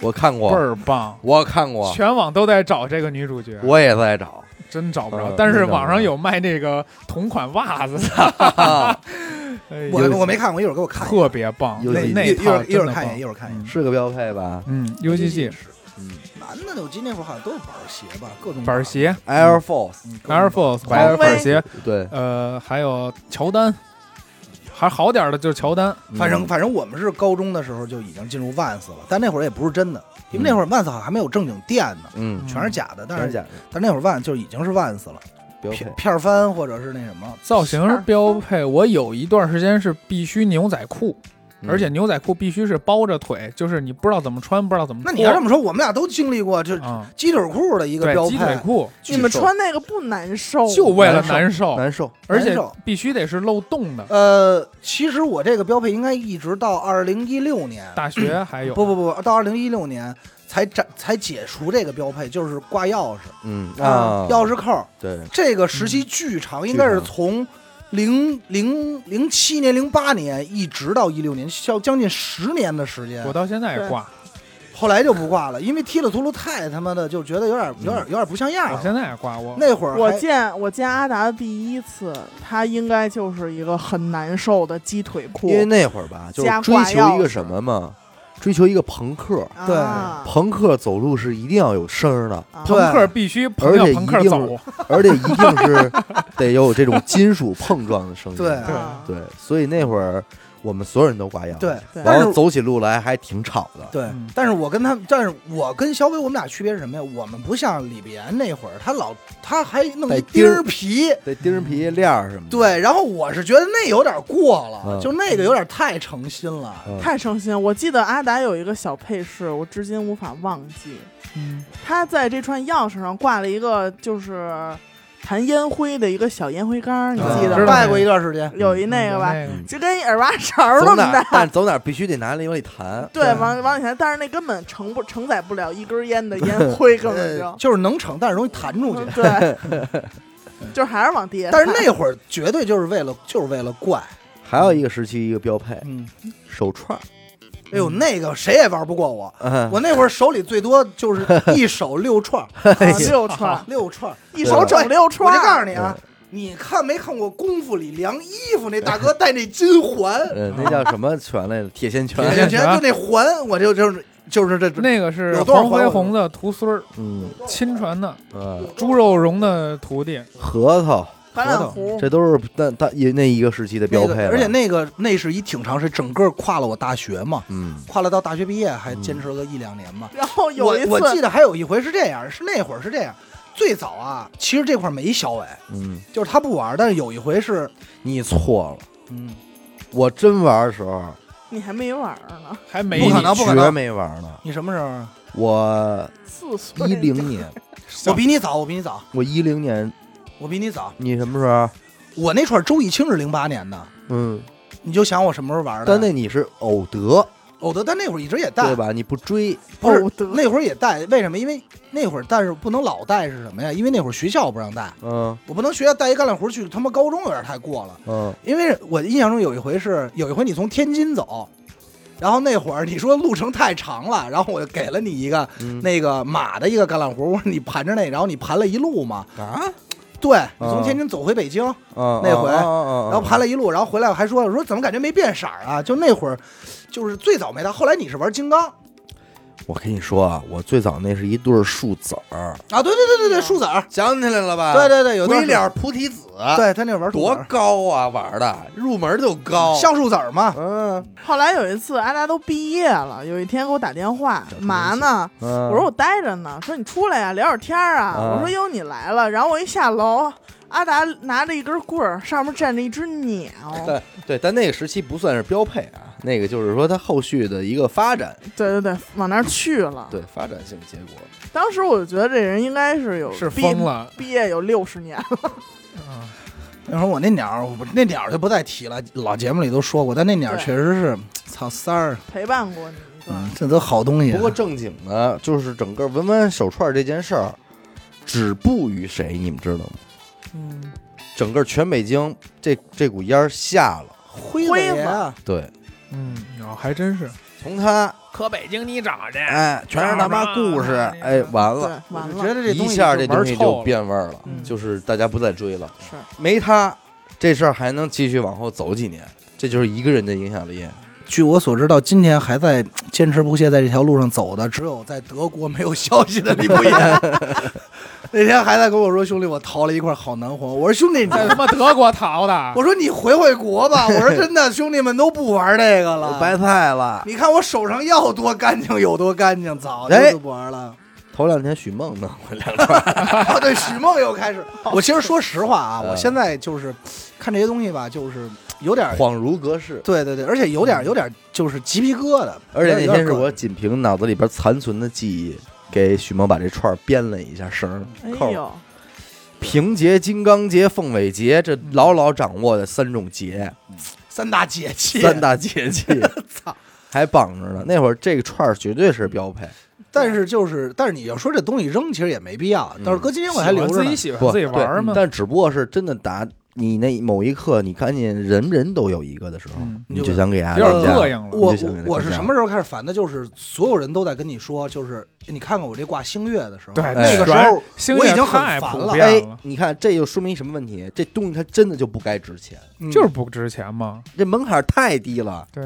我看倍过，儿棒，我看过，全网都在找这个女主角，我也在找，真找不着呃嗯。但是真找不网上着有卖这个同款袜子的，哎呦我我没看过，一会儿给我看一眼。特别棒，有那那几那一一会套儿一会真儿的看棒一眼，一。会儿看一 眼。是个标配吧？嗯，UGG 嗯男的呢，我今天我好像都是板儿鞋吧，各种板儿鞋，Air Force，嗯各种，Air Force 白白人板板鞋，对，呃，还有乔丹，还好点儿的就是乔丹，反正嗯反正我们是高中的时候就已经进入 Vans 了，但那会儿也不是真的，因为那会儿 Vans 好像还没有正经店呢，嗯，全是假的。全但是是假的但那会儿 Vans 就已经是 Vans 了，标配片。片儿翻或者是那什么，造型是标配。我有一段时间是必须牛仔裤，嗯而且牛仔裤必须是包着腿，就是你不知道怎么穿，不知道怎么那脱。你要这么说，我们俩都经历过，就啊，鸡腿裤的一个标对，鸡腿配，裤巨你们瘦穿那个不难受吗？就为了难难受，难受，而且难受必须得是漏洞的。呃，其实我这个标配应该一直到二零一六年，大学还有不不不，到二零一六年才展才解除这个标配，就是挂钥匙嗯啊，钥匙扣对，这个时期嗯巨长，巨应该是长从零零零七年、零八年一直到一六年，将将近十年的时间我。到现在也挂，后来就不挂了，因为踢了秃噜太他妈的，就觉得有点有嗯点有点不像样我了。现在也挂，我那会儿我还见我见阿达的第一次，他应该就是一个很难受的鸡腿裤因，为那会儿吧，就是加追挂求一钥个匙什么嘛，追求一个朋克，对啊、朋克走路是一定要有声儿的，啊对朋克必须朋而克且朋克一定走，而且一定是得有这种金属碰撞的声音。对啊对所以那会儿我们所有人都挂钥匙，对，但然是后走起路来还挺吵的。对嗯，但是我跟他们，但是我跟小伟我们俩区别是什么呀？我们不像李别那会儿，他老他还弄带一钉钉儿儿皮，对，钉皮链儿什么的。，对，然后我是觉得那有点过了，嗯就那个有点太诚心了。嗯太伤心了！我记得阿达有一个小配饰，我至今无法忘记。嗯他在这串钥匙上挂了一个就是弹烟灰的一个小烟灰缸，啊你嗯记知得道吧？拜过一段时间，有一那个吧，有那嗯就跟一耳挖勺儿走那哪么儿大。但走哪儿必须得拿往里弹。对对，往往里弹，但是那根本承不承载不了一根烟的烟 灰，根本呃，就就是能成，但是容易弹出去。嗯对，就是还是往地下但踩。是那会儿绝对就是为了就是为了怪，还有一个时期一个标配，嗯，手串儿。哎呦，那个谁也玩不过我，嗯我那会儿手里最多就是一手六串儿，啊六 串，六串儿，一手整六我串，就告诉你啊。嗯你看没看过《功夫》里量衣服那大哥戴那金环， 呃，那叫什么拳来着？铁线铁拳。线拳就那环，我就就是就是这那个是有多少黄环飞我鸿的徒孙儿，嗯亲传的呃，朱肉荣的徒弟，核桃，橄榄核，这都是但但也那一个时期的标那配个，了。而且那个那是一挺长时间，整个跨了我大学嘛，嗯，跨了到大学毕业还坚持了个一两年嘛。然后有我一我记次得还有一回是这样，是那会儿是这样，最早啊，其实这块儿没小伟，嗯，就是他不玩，但是有一回是，你错了。嗯，我真玩的时候，你还没玩儿呢，还没不可你能不可能绝没玩呢。你什么时候？我四岁一零年，小我比你早，我比你早，我一零年，我比你早。你什么时候？我那串周易清是零八年的，嗯，你就想我什么时候玩的？但那你是偶得，偶得，但那会儿一直也戴对，吧？哦你不追，不是偶得那会儿也戴，为什么？因为那会儿但是不能老戴是什么呀？因为那会儿学校不让戴，嗯我不能学校戴一橄榄核去，他妈高中有点太过了。嗯，因为我印象中有一回是有一回你从天津走，然后那会儿你说路程太长了，然后我就给了你一个嗯那个马的一个橄榄核， 我说你盘着那，然后你盘了一路嘛。啊，对你从天津走回北京，那那回然然后盘了一路，然后回来我还说我说怎么感觉没变色儿啊？就那会儿就是最早没戴，后来你是玩金刚我跟你说啊，我最早那是一对儿树籽儿，啊？对对对对对，树籽儿，想起来了吧对，对对，有段鬼时间脸菩提子，对他那玩树籽啊多儿高啊，玩的入门就高，橡树籽儿嘛，嗯后来有一次，阿达都毕业了，有一天给我打电话，嘛呢？嗯，我说我待着呢，说你出来呀、聊会儿天儿啊。嗯啊我说哟，你来了。然后我一下楼，阿达 拿着一根棍儿，上面站着一只鸟。对对，但那个时期不算是标配啊，那个就是说它后续的一个发展，对对对，往那儿去了。对发展性结果。当时我就觉得这人应该是有是毕疯了，毕业有六十年，那会儿我那鸟儿，我不那鸟儿就不再提了，老节目里都说过，但那鸟儿对确实是，操三儿，陪伴过你一段。嗯，这都好东西啊。不过正经的，就是整个文玩手串这件事儿，止步于谁？你们知道吗？嗯，整个全北京这这股烟儿下了。灰啊灰了呀，对，嗯，有还真是。从他可北京你找去，哎，全是他妈故事，哎，完对了，，完我就觉了，得这东一西下这就玩东西臭就了变味儿了，嗯就是大家不再追了。是没他，这事儿还能继续往后走几年，这就是一个人的影响力。据我所知道，今天还在坚持不懈在这条路上走的，只有在德国没有消息的李不言。 那天还在跟我说：“兄弟，我逃了一块好南黄。”我说：“兄弟，你在 他妈德国逃的。我说你回回国 吧。”我说：“真的，兄弟们都不玩这个 了，菜了。你看我手上要多干净有多干净，早哎就不玩了。头两天许梦弄我两串，啊， 对，许梦又开始。我其实说实话啊，嗯我现在就是看这些东西吧，就是有点 儿，恍如隔世。对对对，而且有点儿有点儿就是鸡皮疙瘩。嗯而且有点那天是有点我仅凭脑子里边残存的记忆，给许梦把这串儿编了一下绳儿哎扣儿。呦，平节、金刚节、凤尾节，这牢牢掌握的三种节，三大节气，三大节 气，操！还绑着呢。那会儿这个串儿绝对是标配，但是就是，但是你要说这东西扔，其实也没必要。嗯但是搁今天我还留着自呢己。喜欢不自己玩儿对嘛。但只不过是真的打你那某一刻，你看见人人都有一个的时候，嗯你就想给他有点扔家膈应了我你就想给他我是扔家什么时候开始烦的？就是所有人都在跟你说，就是你看看我这挂星月的时候，对，那个时全候是星我已月经很太烦普了哎遍了，，你看这就说明什么问题？这东西它真的就不该值钱，嗯就是不值钱嘛。这门槛太低了。对，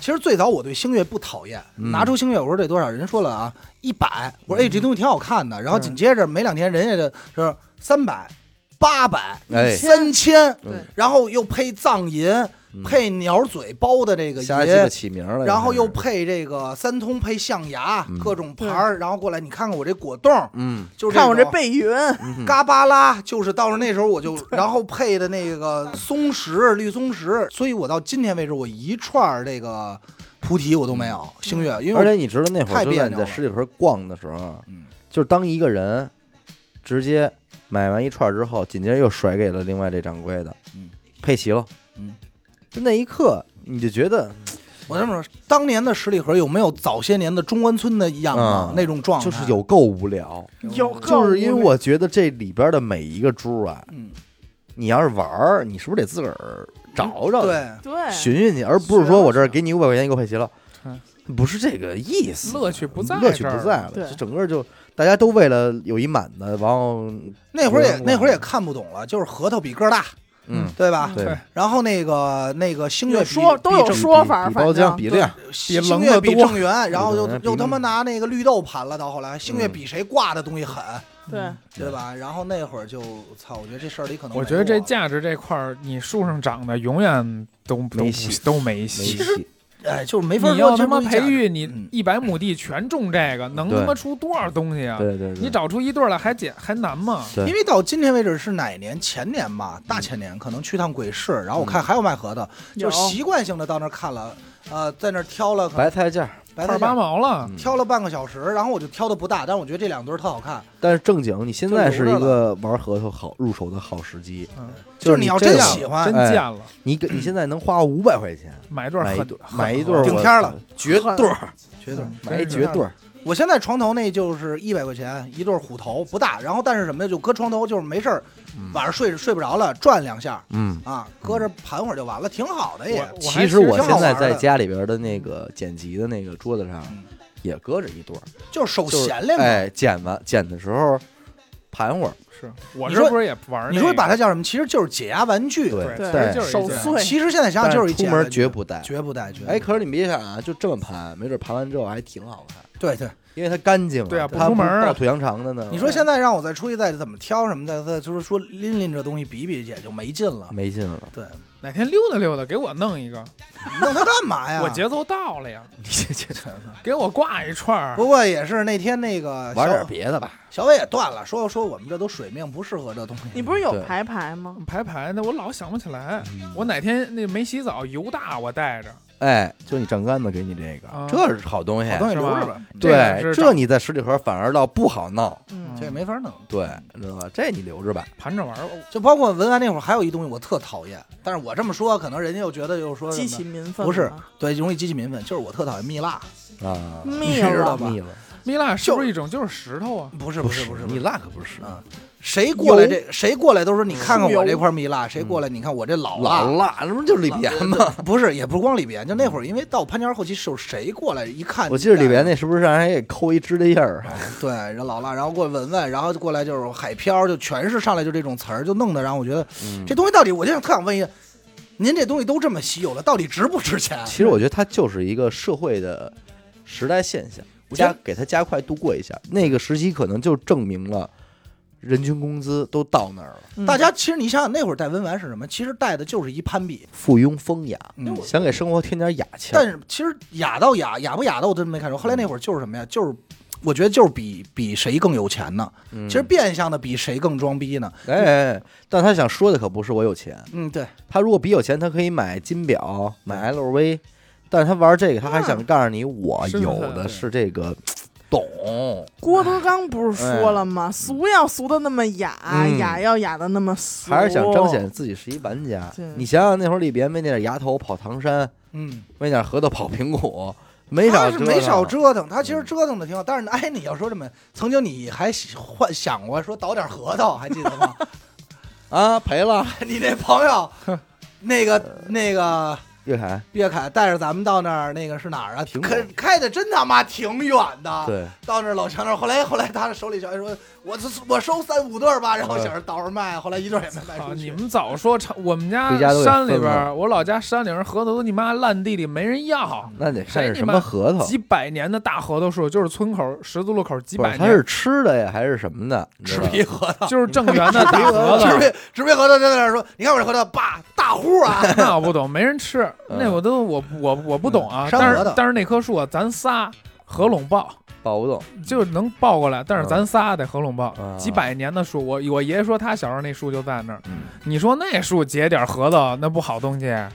其实最早我对星月不讨厌，嗯拿出星月我说这多少？人说了啊，一百。我说哎，这东西挺好看的。然后对嗯紧接着没两天，人家就就是三百、八百、哎，三千，嗯对然后又配藏银，嗯配鸟嘴包的这个瞎鸡银巴，起名了，然后又这是配这个三通配象牙嗯，各种牌儿，然后过来你看看我这果冻，嗯，就是看我这种背云，嗯嘎巴拉，就是到了那时候我就， 然后配的那个松石绿松石，所以我到今天为止我一串儿这个菩提我都没嗯有星月，因而为且我你知道那会儿太就别在扭你在了十里屯逛的时候，啊嗯就是当一个人直接买完一串儿之后，紧接着又甩给了另外这掌柜的，嗯，配齐了，嗯，就那一刻你就觉得我这么说，当年的十里河有没有早些年的中关村的样嗯貌那种状态？就是，有够无聊，有够就是因为无我觉得这里边的每一个珠啊，嗯，你要是玩儿，你是不是得自个儿找找？。对，对寻寻去，而不是说啊我这儿给你五百块钱，你给我配齐了嗯，不是这个意思，乐趣不在乐趣这儿不在了，对这整个就大家都为了有一满的，然后那会儿也不让那会儿也看不懂了，就是核桃比个儿大，嗯，对吧？对对，然后那个那个星月有比说都有比正说法，比反包浆正比量，星棱月子比多正圆，然 后又比又他妈正圆拿那个绿豆盘了，到后来星月嗯比谁挂的东西狠，对，对吧？然后那会儿就操，我觉得这事儿里可能我没觉得这我价值这块儿，你树上长的永远都都没不戏都没没戏。戏，哎，就是没法你说要这他妈东西价培值，育你嗯一百亩地全种这个，能对他妈出多少东西啊？对对对，你找出一对儿来还解还难吗？对因为到今天为止是哪年？前年吧，大嗯前年可能去趟鬼市，然后我看还有卖核桃，就有是习惯性的到那儿看了，呃，在那儿挑了可能白菜价，白二菜八价。毛了，嗯挑了半个小时，然后我就挑的不大，但是我觉得这两对儿特好看。但是正经，你现在是一就留个玩核桃好入手的好时机，嗯，就是你要这真样喜欢真哎贱了，你给你现在能花五百块钱买一对儿买一很对儿很买一对儿顶我天儿了，绝对儿，绝对。买一真是绝对儿，我现在床头那就是一百块钱一对虎头，不大，然后但是什么呀，就搁床头，就是没事儿，晚上睡睡不着了，转两下嗯。啊，搁这盘会儿就完了，挺好的也。我还其实我挺好现在玩的在家里边的那个剪辑的那个桌子上嗯，也搁着一对儿，就是手就是闲了嘛。哎，剪完剪的时候盘会儿，是我你这说不是也玩儿那个？你说把它叫什么？其实就是解压玩具。对对但其实就是手这样碎，其实现在想想就是一出解压门玩绝具不带。绝不带，绝不带哎，可是你别想啊，就这么盘，没准盘完之后还挺好看，对对。因为它干净啊对啊不它出门儿啊倒土洋肠的呢。你说现在让我再出去再怎么挑什么的，再就是说拎拎这东西比比也就没劲了。没劲 了，对，哪天溜达溜达，给我弄一个，你弄它干嘛哎呀？我节奏到了呀，你这这给我挂一串儿 不。过也是那天那个 玩点小别的吧。小伟也断了，说说我们这都水命不适合这东西。你不是有对排排吗？嗯排排的，我老想不起来。我哪天那没洗澡，油大我带着，哎，就你账杆子给你这个，啊这是好东西好。东西是留吧着哎吧，嗯这个对，是这长你在十里河反而倒不好闹，嗯这也没法弄。对，知道吧？这你留着吧。盘着玩儿，我就包括文玩那会儿，还有一东西我特讨厌，但是我这么说，可能人家又觉得又说什激么起民愤嗯不是了对容易激起民愤，就是我特讨厌蜜蜡，啊，密你知道了，嗯吧腻了，蜜蜡是不是一种就是石头啊？不是不是不是蜜蜡可不是啊，谁过来这谁过来都说你看看树我油这块蜜蜡，谁过来你看我这嗯老蜡老，辣，那不就是李岩吗？不是也不光里边，就那会儿因为到潘家园后期是有谁过来一看，我记得里边那是不是让人给抠一指甲印儿？啊对，然后老蜡，然后过来闻闻，然后就过来就是海漂，就全是上来就这种词儿，就弄得让我觉得嗯这东西到底，我就想特想问一下，您这东西都这么稀有了，到底值不值钱？其实我觉得它就是一个社会的时代现象，我觉加得给它加快度过一下。那个时期可能就证明了人均工资都到那儿了，嗯大家其实你想想那会儿带文玩是什么？其实带的就是一攀比，附庸风雅，嗯想给生活添点雅气儿。但是其实雅到雅，雅不雅的我真没看出。后来那会儿就是什么呀？就是我觉得就是比比谁更有钱呢。嗯其实变相的比谁更装逼呢。哎哎，哎但他想说的可不是我有钱，嗯，对，他如果比有钱，他可以买金表、买 LV，但是他玩这个，他还想告诉你，我身份有的是这个懂。郭德纲不是说了吗？哎俗要俗的那么雅，嗯雅要雅的那么俗，还是想哦彰显自己是一玩家对。你想想那会儿李别为那点牙头跑唐山，嗯，为那点核桃跑苹果，没少啊他是折没腾少嗯折腾，他其实折腾的挺好。但是呢哎，你要说这么，曾经你还喜幻想过说倒点核桃，还记得吗？ 啊，赔了。你那朋友，那个那个岳凯，岳凯带着咱们到那儿，那个是哪儿啊？苹果可开的真他妈挺远的。。对，啊到那儿老强那儿，后来后来他手里小孩说，我这我收三五对儿吧，然嗯后小孩倒着卖，后来一对儿也没卖啊！出你去。们早说，成我们家回家都得山里分边了儿，我老家山里边儿核桃都你妈烂地里没人要，那得看是谁什你么妈核桃。几百年的大核桃树，就是村口十字路口几不百是，它年是，吃的呀，还是什么的？你知吃道吧皮核 桃，就是正源的大核吃桃。皮吃皮核桃，在那儿说，你看我这核桃，爸大户啊，那我不懂，没人吃，嗯那我都我我我不懂啊。山但核是桃但是那棵树啊，咱仨合拢抱，抱不动。就是能抱过来，但是嗯咱仨得合拢抱啊。几百年的树，我我爷爷说他小时候那树就在那儿，嗯你说那树结点核桃，那不好东西，啊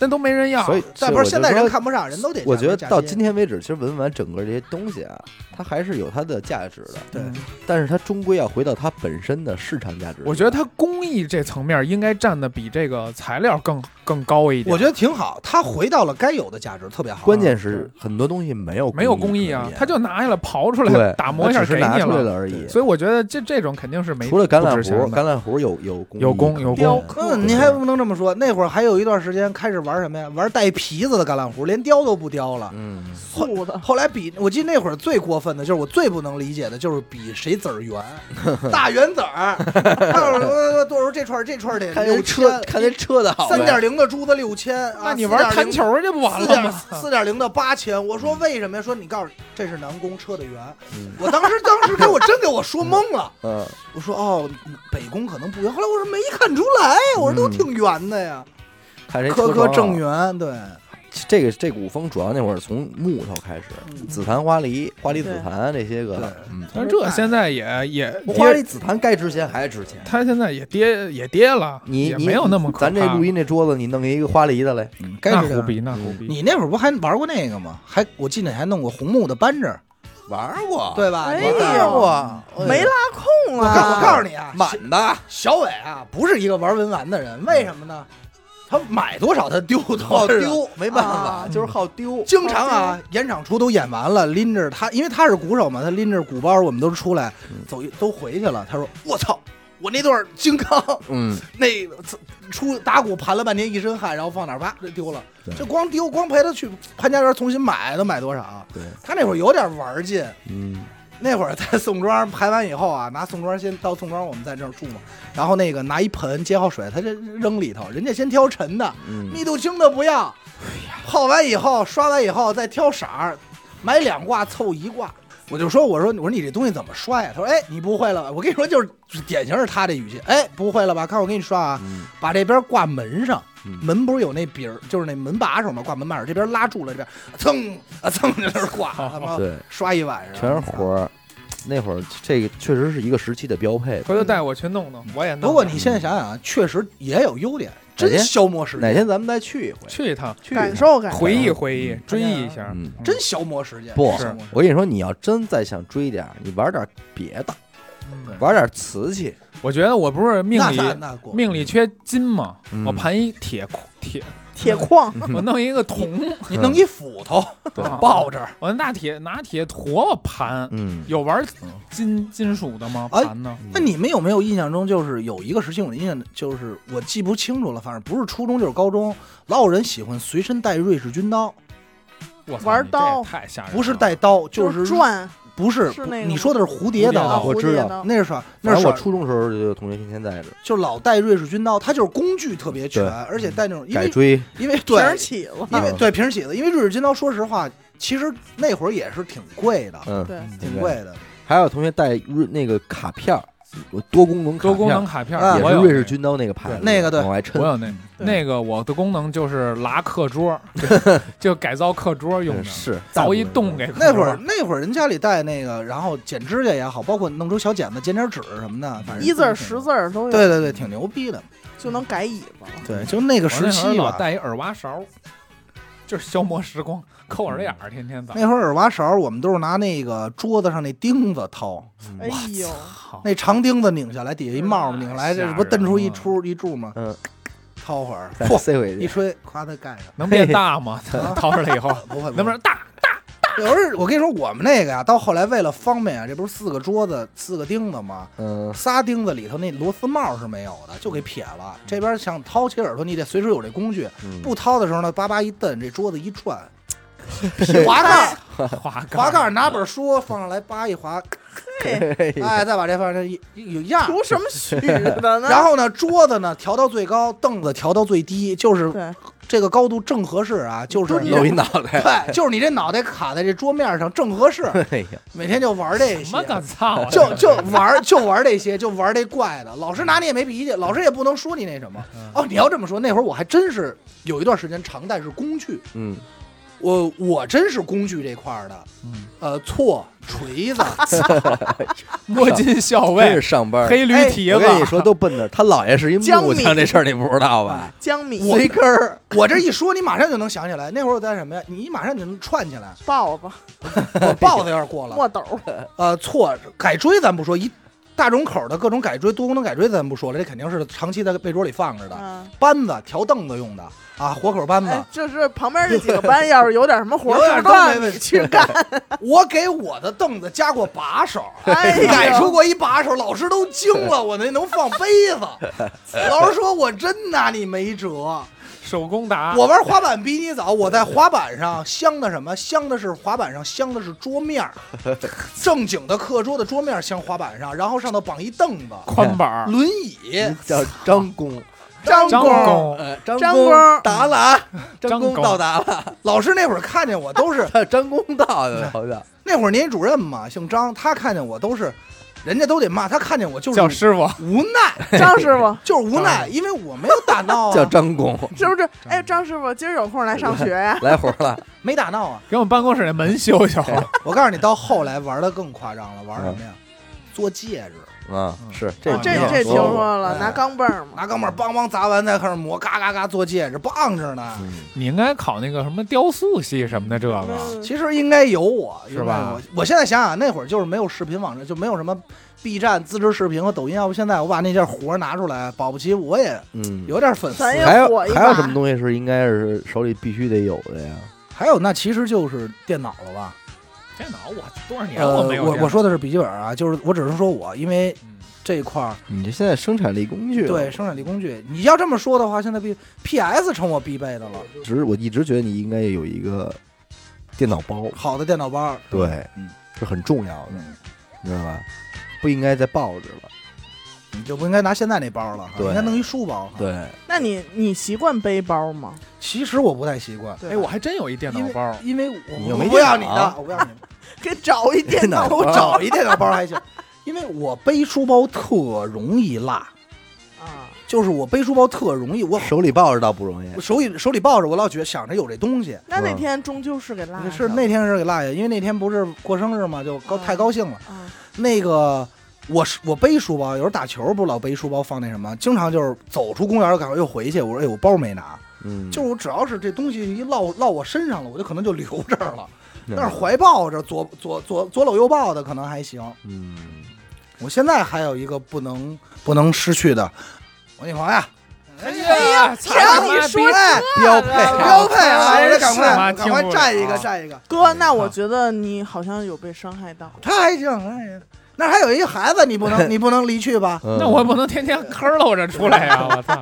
那都没人要。所以，但所以不我就是现在说人看不上，人都得我觉得到今天天，为止，其实文玩整个这些东西啊，它还是有它的价值的，对，但是它终归要回到它本身的市场价值。我觉得它工艺这层面应该占的比这个材料更更高一点。我觉得挺好，他回到了该有的价值，特别好。关键是很多东西没有啊没有工艺可啊言，他就拿下来刨出来对打磨一下它只给是你拿出来了。了而已。所以我觉得这这种肯定是没除了橄不榄值钱核，的橄榄核有有工有工工有雕工，刻嗯，您还不能这么说。那会儿还有一段时间开始玩什么呀？玩带皮子的橄榄核，连雕都不雕啊了。嗯，素的，后来比，我记得那会儿最过分的就是我最不能理解的就是比谁籽儿圆，大圆籽儿，还有说多少这串儿这串儿得看六那车，千，看那车的好呗，三点零的珠子六千，啊那你玩弹球去不完了四点吗？四点零的八千，我说为什么呀？说你告诉这是南宫车的圆嗯，我当时当时给我真给我说懵了，嗯，我说哦，北宫可能不圆，后来我说没看出来，我说都嗯挺圆的呀，看谁颗车颗窗正啊。圆，对，这个这古风主要那会儿从木头开始，紫檀花梨、花梨紫檀这些嗯对个，嗯，但是这现在也也花梨跌，紫檀该值钱还值钱。它现在也跌也跌了，你也你没有那么可怕咱这录音这桌子，你弄一个花梨的嘞，该那是这虎样。逼那虎嗯逼。你那会儿不还玩过那个吗？还我记得你还弄过红木的扳指，玩过，对吧？哎你玩呦过，没拉空我告啊！我告诉你啊，小满的，小伟啊，不是一个玩文玩的人，为什么呢？他买多少他丢多好少，哦丢，没办啊法， 哦就是好丢。经常啊，演场出都演完了，拎着他，因为他是鼓手嘛，他拎着鼓包，我们都出来嗯走一，都回去了。他说：“我操，我那段金刚嗯，那出打鼓盘了半天，一身汗，然后放哪儿啪就丢了对。这光丢，光陪他去潘家园重新买，能买多少？啊对，他那会儿有点玩劲。嗯，那会儿在 宋庄排完以后啊，拿宋庄先到宋庄，我们在这儿住嘛，然后那个拿一盆接好水，他这扔里头，人家先挑沉的，嗯密度轻的不要，泡完以后刷完以后再挑色儿，买两挂凑一挂。我就说，我说，我说你这东西怎么刷呀？他说，哎，你不会了吧？我跟你说，就是典型是他这语气，哎，不会了吧？看我给你刷啊，嗯把这边挂门上，嗯门不是有那柄儿，就是那门把手嘛，挂门把手，这边拉住了，这边蹭啊蹭就在这儿挂，他妈对，刷一晚上，全是活儿。那会儿这个确实是一个时期的标配吧。回头带我去弄弄，我也弄。不过你现在想想啊，确实也有优点。哪真天消磨时间，哪天咱们再去一回，去一趟，去一感趟受感受回忆回忆，哎嗯追忆一下。嗯，真消磨时间。不真消磨时间我跟你说，你要真再想追点儿，你玩点儿别的，嗯玩点儿瓷器，我觉得我不是命那里那那过命里缺金嘛，嗯我盘一铁矿铁，铁矿， 嗯我弄一个铜，啊你弄一斧头对抱啊这儿，我拿铁拿铁坨我盘。嗯，有玩金金属的吗？哎盘呢？那你们有没有印象中，就是有一个时期，我的印象就是我记不清楚了，反正不是初中就是高中，老有人喜欢随身带瑞士军刀，我操玩你这也刀太吓哎人了，不是带刀，就是转不是是那个你说的是蝴蝶啊啊，刀，我蝴知蝶道刀那是啥？反那正是我我初中时候就有同学天天带着就老带瑞士军刀，它就是工具特别全，对嗯而且带那种因改为锥，因为瓶对儿起了，因为嗯对平时起子，因为瑞士军刀，说实话，其实那会儿也是挺贵的，嗯，对，对挺贵的。还有同学带瑞那个卡片儿，我多功能卡片多儿功能卡片，啊也我是有瑞士军刀那个牌子的，那个对往外我抻，有那对那个，我的功能就是拉课桌， 就改造课桌用嗯的，是凿一洞给课桌那会儿那会儿人家里带那个，然后剪指甲也好，包括弄出小剪子剪点纸什么的，反正一字儿十字儿都有，嗯对对对，挺牛逼嗯的。就能改椅子了。对，就那个我时那会儿期老吧，带一耳挖勺，就是消磨时光，抠嗯耳眼儿，天天早。那会儿耳挖勺，我们都是拿那个桌子上那钉子掏，哎嗯呦， 操那长钉子拧下来，底下一帽那拧下来，这吓不蹬出人一了出一柱吗？嗯，掏会儿，再嚯，塞回一去，吹，咵，它盖上。能变大 吗？掏出来以后，不会，能不能大？有时候我跟你说，我们那个呀、到后来为了方便啊，这不是四个桌子四个钉子吗？嗯，仨钉子里头那螺丝帽是没有的，就给撇了。这边想掏起耳朵，你得随时有这工具。嗯不掏的时候呢，叭叭一蹬，这桌子 一转，滑盖儿滑盖滑盖儿儿拿本书放上来，叭 一划，嘿，哎，再把这放上一有样儿。图什 么许的呢？然后呢，桌子呢调到最高，凳子调到最低，就是对，这个高度正合适啊，就是露 一脑袋，对，就是你这脑袋卡在这桌面上正合适，哎呀，每天就玩这什么个些。操啊！就就玩就玩这些，就玩这怪的。老师拿你也没脾气，老师也不能说你那什么。嗯哦，你要这么说，那会儿我还真是有一段时间常带是工具，嗯， 我我真是工具这块儿的，嗯呃，锉、锤 子，摸金校真尉是、上班儿。黑驴哎蹄我子，跟你说，都奔着他姥爷是一江木匠，米这事儿你不知道 吧？江米、随根儿， 我这一说你马上就能想起来。那会儿我在什么呀？你马上就能串 起来。豹子、我豹子有点过了，墨斗儿，呃，错改锥咱不说，一大种口的各种改锥、多功能改锥咱不说了，这肯定是长期在被桌里放着的。嗯，扳子调凳子用的啊，活口扳子。哎，就是旁边这几 个班，要是有点什么活有点儿，都就让没问你题去干。 我给我的凳子加过把手，哎呦 改出过一把手，老师都惊了，我那能放杯 子。老师说我真拿你没辙。手工啊打，我玩滑板比你早，我在滑板上镶的什么？镶的是滑板上镶的是桌面 儿，正经的课桌的桌面儿镶滑板上，然后上头绑一凳 子、宽板儿，轮椅、叫张 工，张张弓、弓，呃，嗯张张工工达了啊，张张工工到达了，老师那会儿看见我都是，张工到的，好啊像那会儿年级主任嘛，姓张，他看见我都是，人家都得骂，他看见我就叫是师傅，无奈，张师 傅，就是无奈，因为我没有打闹嗯 叫啊，张工，是不是？哎，张师傅，今儿有空来上学 呀？来活儿了，没打闹啊。给我们办公室那门修修。我告诉你，到后来玩的更夸张了，玩什么嗯呀？做戒指。啊，是这这哦这没有这听说说了，哎拿钢镚儿嘛，拿钢镚儿梆梆砸完，再开始磨，嘎嘎嘎做戒指，棒着呢。嗯你应该考那个什么雕塑系什么的这个，嗯其实应该有我，是吧有我我现在想想，那会儿就是没有视频网站，就没有什么 B 站自制视频和抖音。要不现在我把那件活儿拿出来，保不齐我也嗯，有点粉丝。咱也还有火一把还有什么东西是应该是手里必须得有的呀？还有，那其实就是电脑了吧？电脑我多少年呃，我没有我电脑我说的是笔记本啊，就是我只是说我，因为嗯这一块儿你这现在生产力工具，对，生产力工具。你要这么说的话，现在 B P S 成我必备的了，只是我一直觉得你应该有一个电脑包，好的电脑包。对，嗯是很重要的，嗯，你知道吧？不应该再抱着了，你就不应该拿现在那包了哈，对应该弄一书包哈。对，那你你习惯背包吗？其实我不太习惯。对吧哎，我还真有一电脑包，因为因为我你又没啊我不要你电脑的，我不要你的，给找一电脑脑我包找一电脑包还行，因为我背书包特容易落， 啊，就是我背书包特容易，我手里抱着倒不容易我，手里手里抱着，我老觉想着有这东西。那那嗯天终究是给拉是那天是给落下，因为那天不是过生日嘛，就高啊太高兴了。啊，那个我是我背书包，有时候打球不老背书包放那什么，经常就是走出公园儿赶快又回去。我说哎，我包没拿，嗯，就是我只要是这东西一落落我身上了，我就可能就留这儿了。那但是怀抱着左左左左搂右抱的可能还行。嗯，我现在还有一个不能不能失去的，王力宏呀，哎呀，操谁让他你妈说逼哎，标配标配啊！哎赶是吗快赶听快不站一了个站一个，哥，那我觉得你好像有被伤害到。他还行，哎呀，那还有一孩子，你不 能你不能离去吧？那那我不能天天坑搂着出来 呀！我操！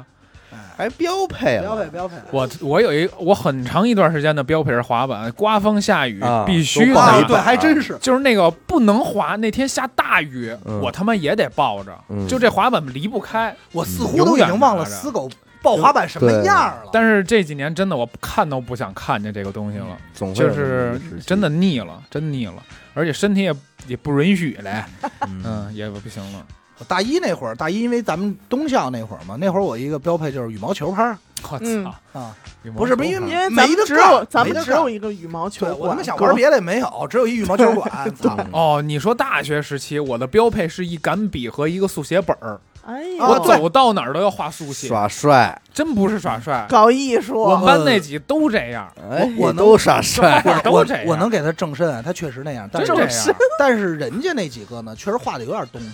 还标配标了，配标配，我我有一我很长一段时间的标配是滑板，刮风下雨、啊必须都的，抱啊着，对，还真是。就是那个不能滑。那天下大雨，嗯我他妈也得抱着，嗯就这滑板离不开。我似乎都已经忘了死狗抱滑板什么样了。但是这几年真的我看都不想看见这个东西了，嗯总会有就那么是一个时期真的，腻了，真腻了，而且身体也也不允许嘞，嗯嗯，也不行了。我大一那会儿，大一因为咱们东校那会儿嘛，那会儿我一个标配就是羽毛球拍儿我嗯操啊，羽毛不是球因拍为因为咱没们得只干有咱没们得只有干一个羽毛球对我他妈馆，想哥玩别的也没有，只有一羽毛球馆。 操！哦，你说大学时期我的标配是一杆笔和一个速写本儿，哎哦我呦，走到哪儿都要画速写，耍帅，真不是耍帅。搞艺术，嗯我们班那几都这样，哎，我能都耍 帅，画都我这样，我能给他正身，啊他确实那样，但真是这样。但是人家那几个呢，确实画的有点 东西，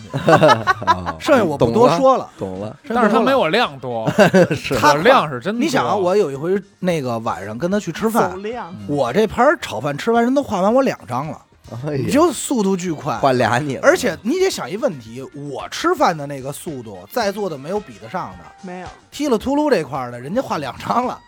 哦剩下我不多，说了。懂了剩哦下但是不多他了没我量多，懂了，是 他我量是真多。你想啊，我有一回那个晚上跟他去吃走饭，嗯量，我这盘炒饭吃完，人都画完我两张了，哎呀你就速度巨快。 换俩你了，而且你得想一问题，我吃饭的那个速度，在座的没有比得上的。没 有，，踢了秃噜这块儿的，人家画两张了，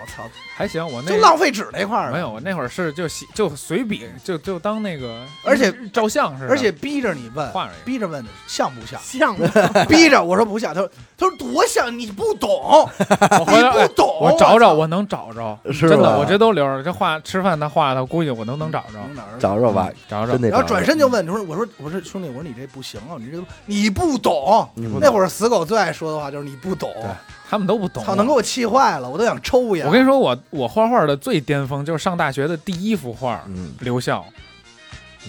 我操，还行，我那就浪费纸那块儿嗯没了。有，我那会儿是就洗就随笔，就就当那个，而且照相似的，而且逼着你问，画上一个。逼着问像不像像吗 逼着我说不像，他说他说多像，你不懂，我回来你哎不啊懂，我找找，我我能找着，是真吧的，我这都留着。这画吃饭他画的，估计我都能找着操。从哪儿找找嗯吧，找找真。得找然找。后转身就问，他说：“我说我说兄弟，我说你这不行啊，你这个你不懂。嗯，那会儿死狗最爱说的话就是你不懂，对他们都不懂。操，能给我气坏了，我都想抽烟。我跟你说，我我画画的最巅峰就是上大学的第一幅画，嗯，留校。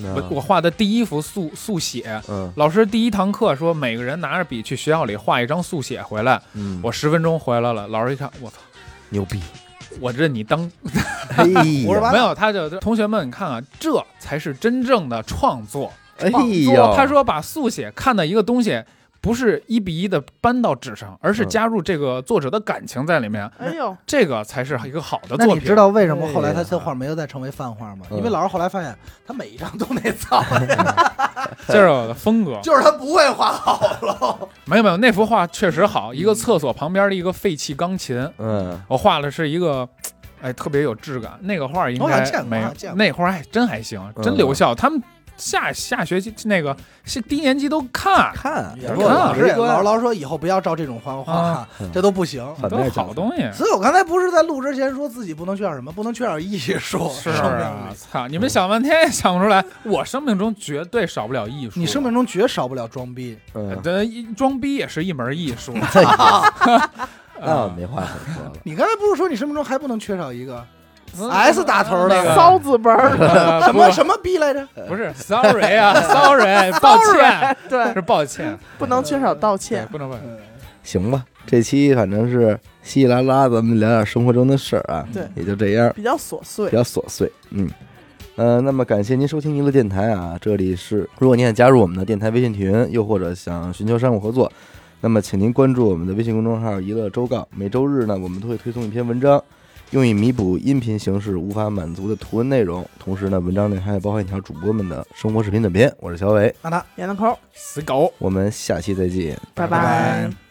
那我我画的第一幅速速写，嗯老师第一堂课说每个人拿着笔去学校里画一张速写回来。嗯，我十分钟回来了，老师一看，我操，牛 逼，我认你当哎呀，我说完没了，有，他就同学们，你看啊，这才是真正的创作。哎创呦作，他说把速写看的一个东西，不是一比一的搬到纸上，而是嗯加入这个作者的感情在里面，哎 呦，这个才是一个好的那作你品。知道为什么后来哎他呀这画没有再成为泛画吗？嗯因为老师后来发现他每一张都那造型， 这是我的风格。 就是他不会画好 了。没有没有，那幅画确实好，一个厕所旁边的一个废弃钢琴，嗯，我画的是一个。嘖哎，特别有质感，那个画应我好像该哦见过没我有好像见。过那画还真还行，真嗯留校。他们下下学期那个是低年级都看，看也是说老师也看啊老老说以后不要照这种画画啊，这都不行。很都耐是讲好东西。所以我刚才不是在录之前说自己不能缺少什么，不能缺少艺术，是生命啊力，。嗯操！你们想半天也想不出来，我生命中绝对少不了艺术。啊你生命中绝少不了装逼，嗯，的装逼也是一门艺 术。那我啊没话可说了，你刚才不是说你生命中还不能缺少一个嗯 S 打头那个的骚字辈 儿，呃什么什么逼来着？不不是，sorry 啊 ，sorry，抱歉，对，是抱歉，不能缺少道对，歉。不能问。行吧，这期反正是稀里拉拉，咱们聊点生活中的事儿啊，对也就这样，比较琐碎比，较琐碎，嗯。呃，那么感谢您收听娱乐电台啊，这里是如果您想加入我们的电台微啊信群，又或者想寻求商务合作，那么请您关注我们的微信公众号“娱乐周告”，每周日呢我们都会推送一篇文章，用以弥补音频形式无法满足的图文内容，同时呢文章内还会包含一条主播们的生活视频短片。我是小伟，让他闫德抠，死狗。我们下期再见。拜拜拜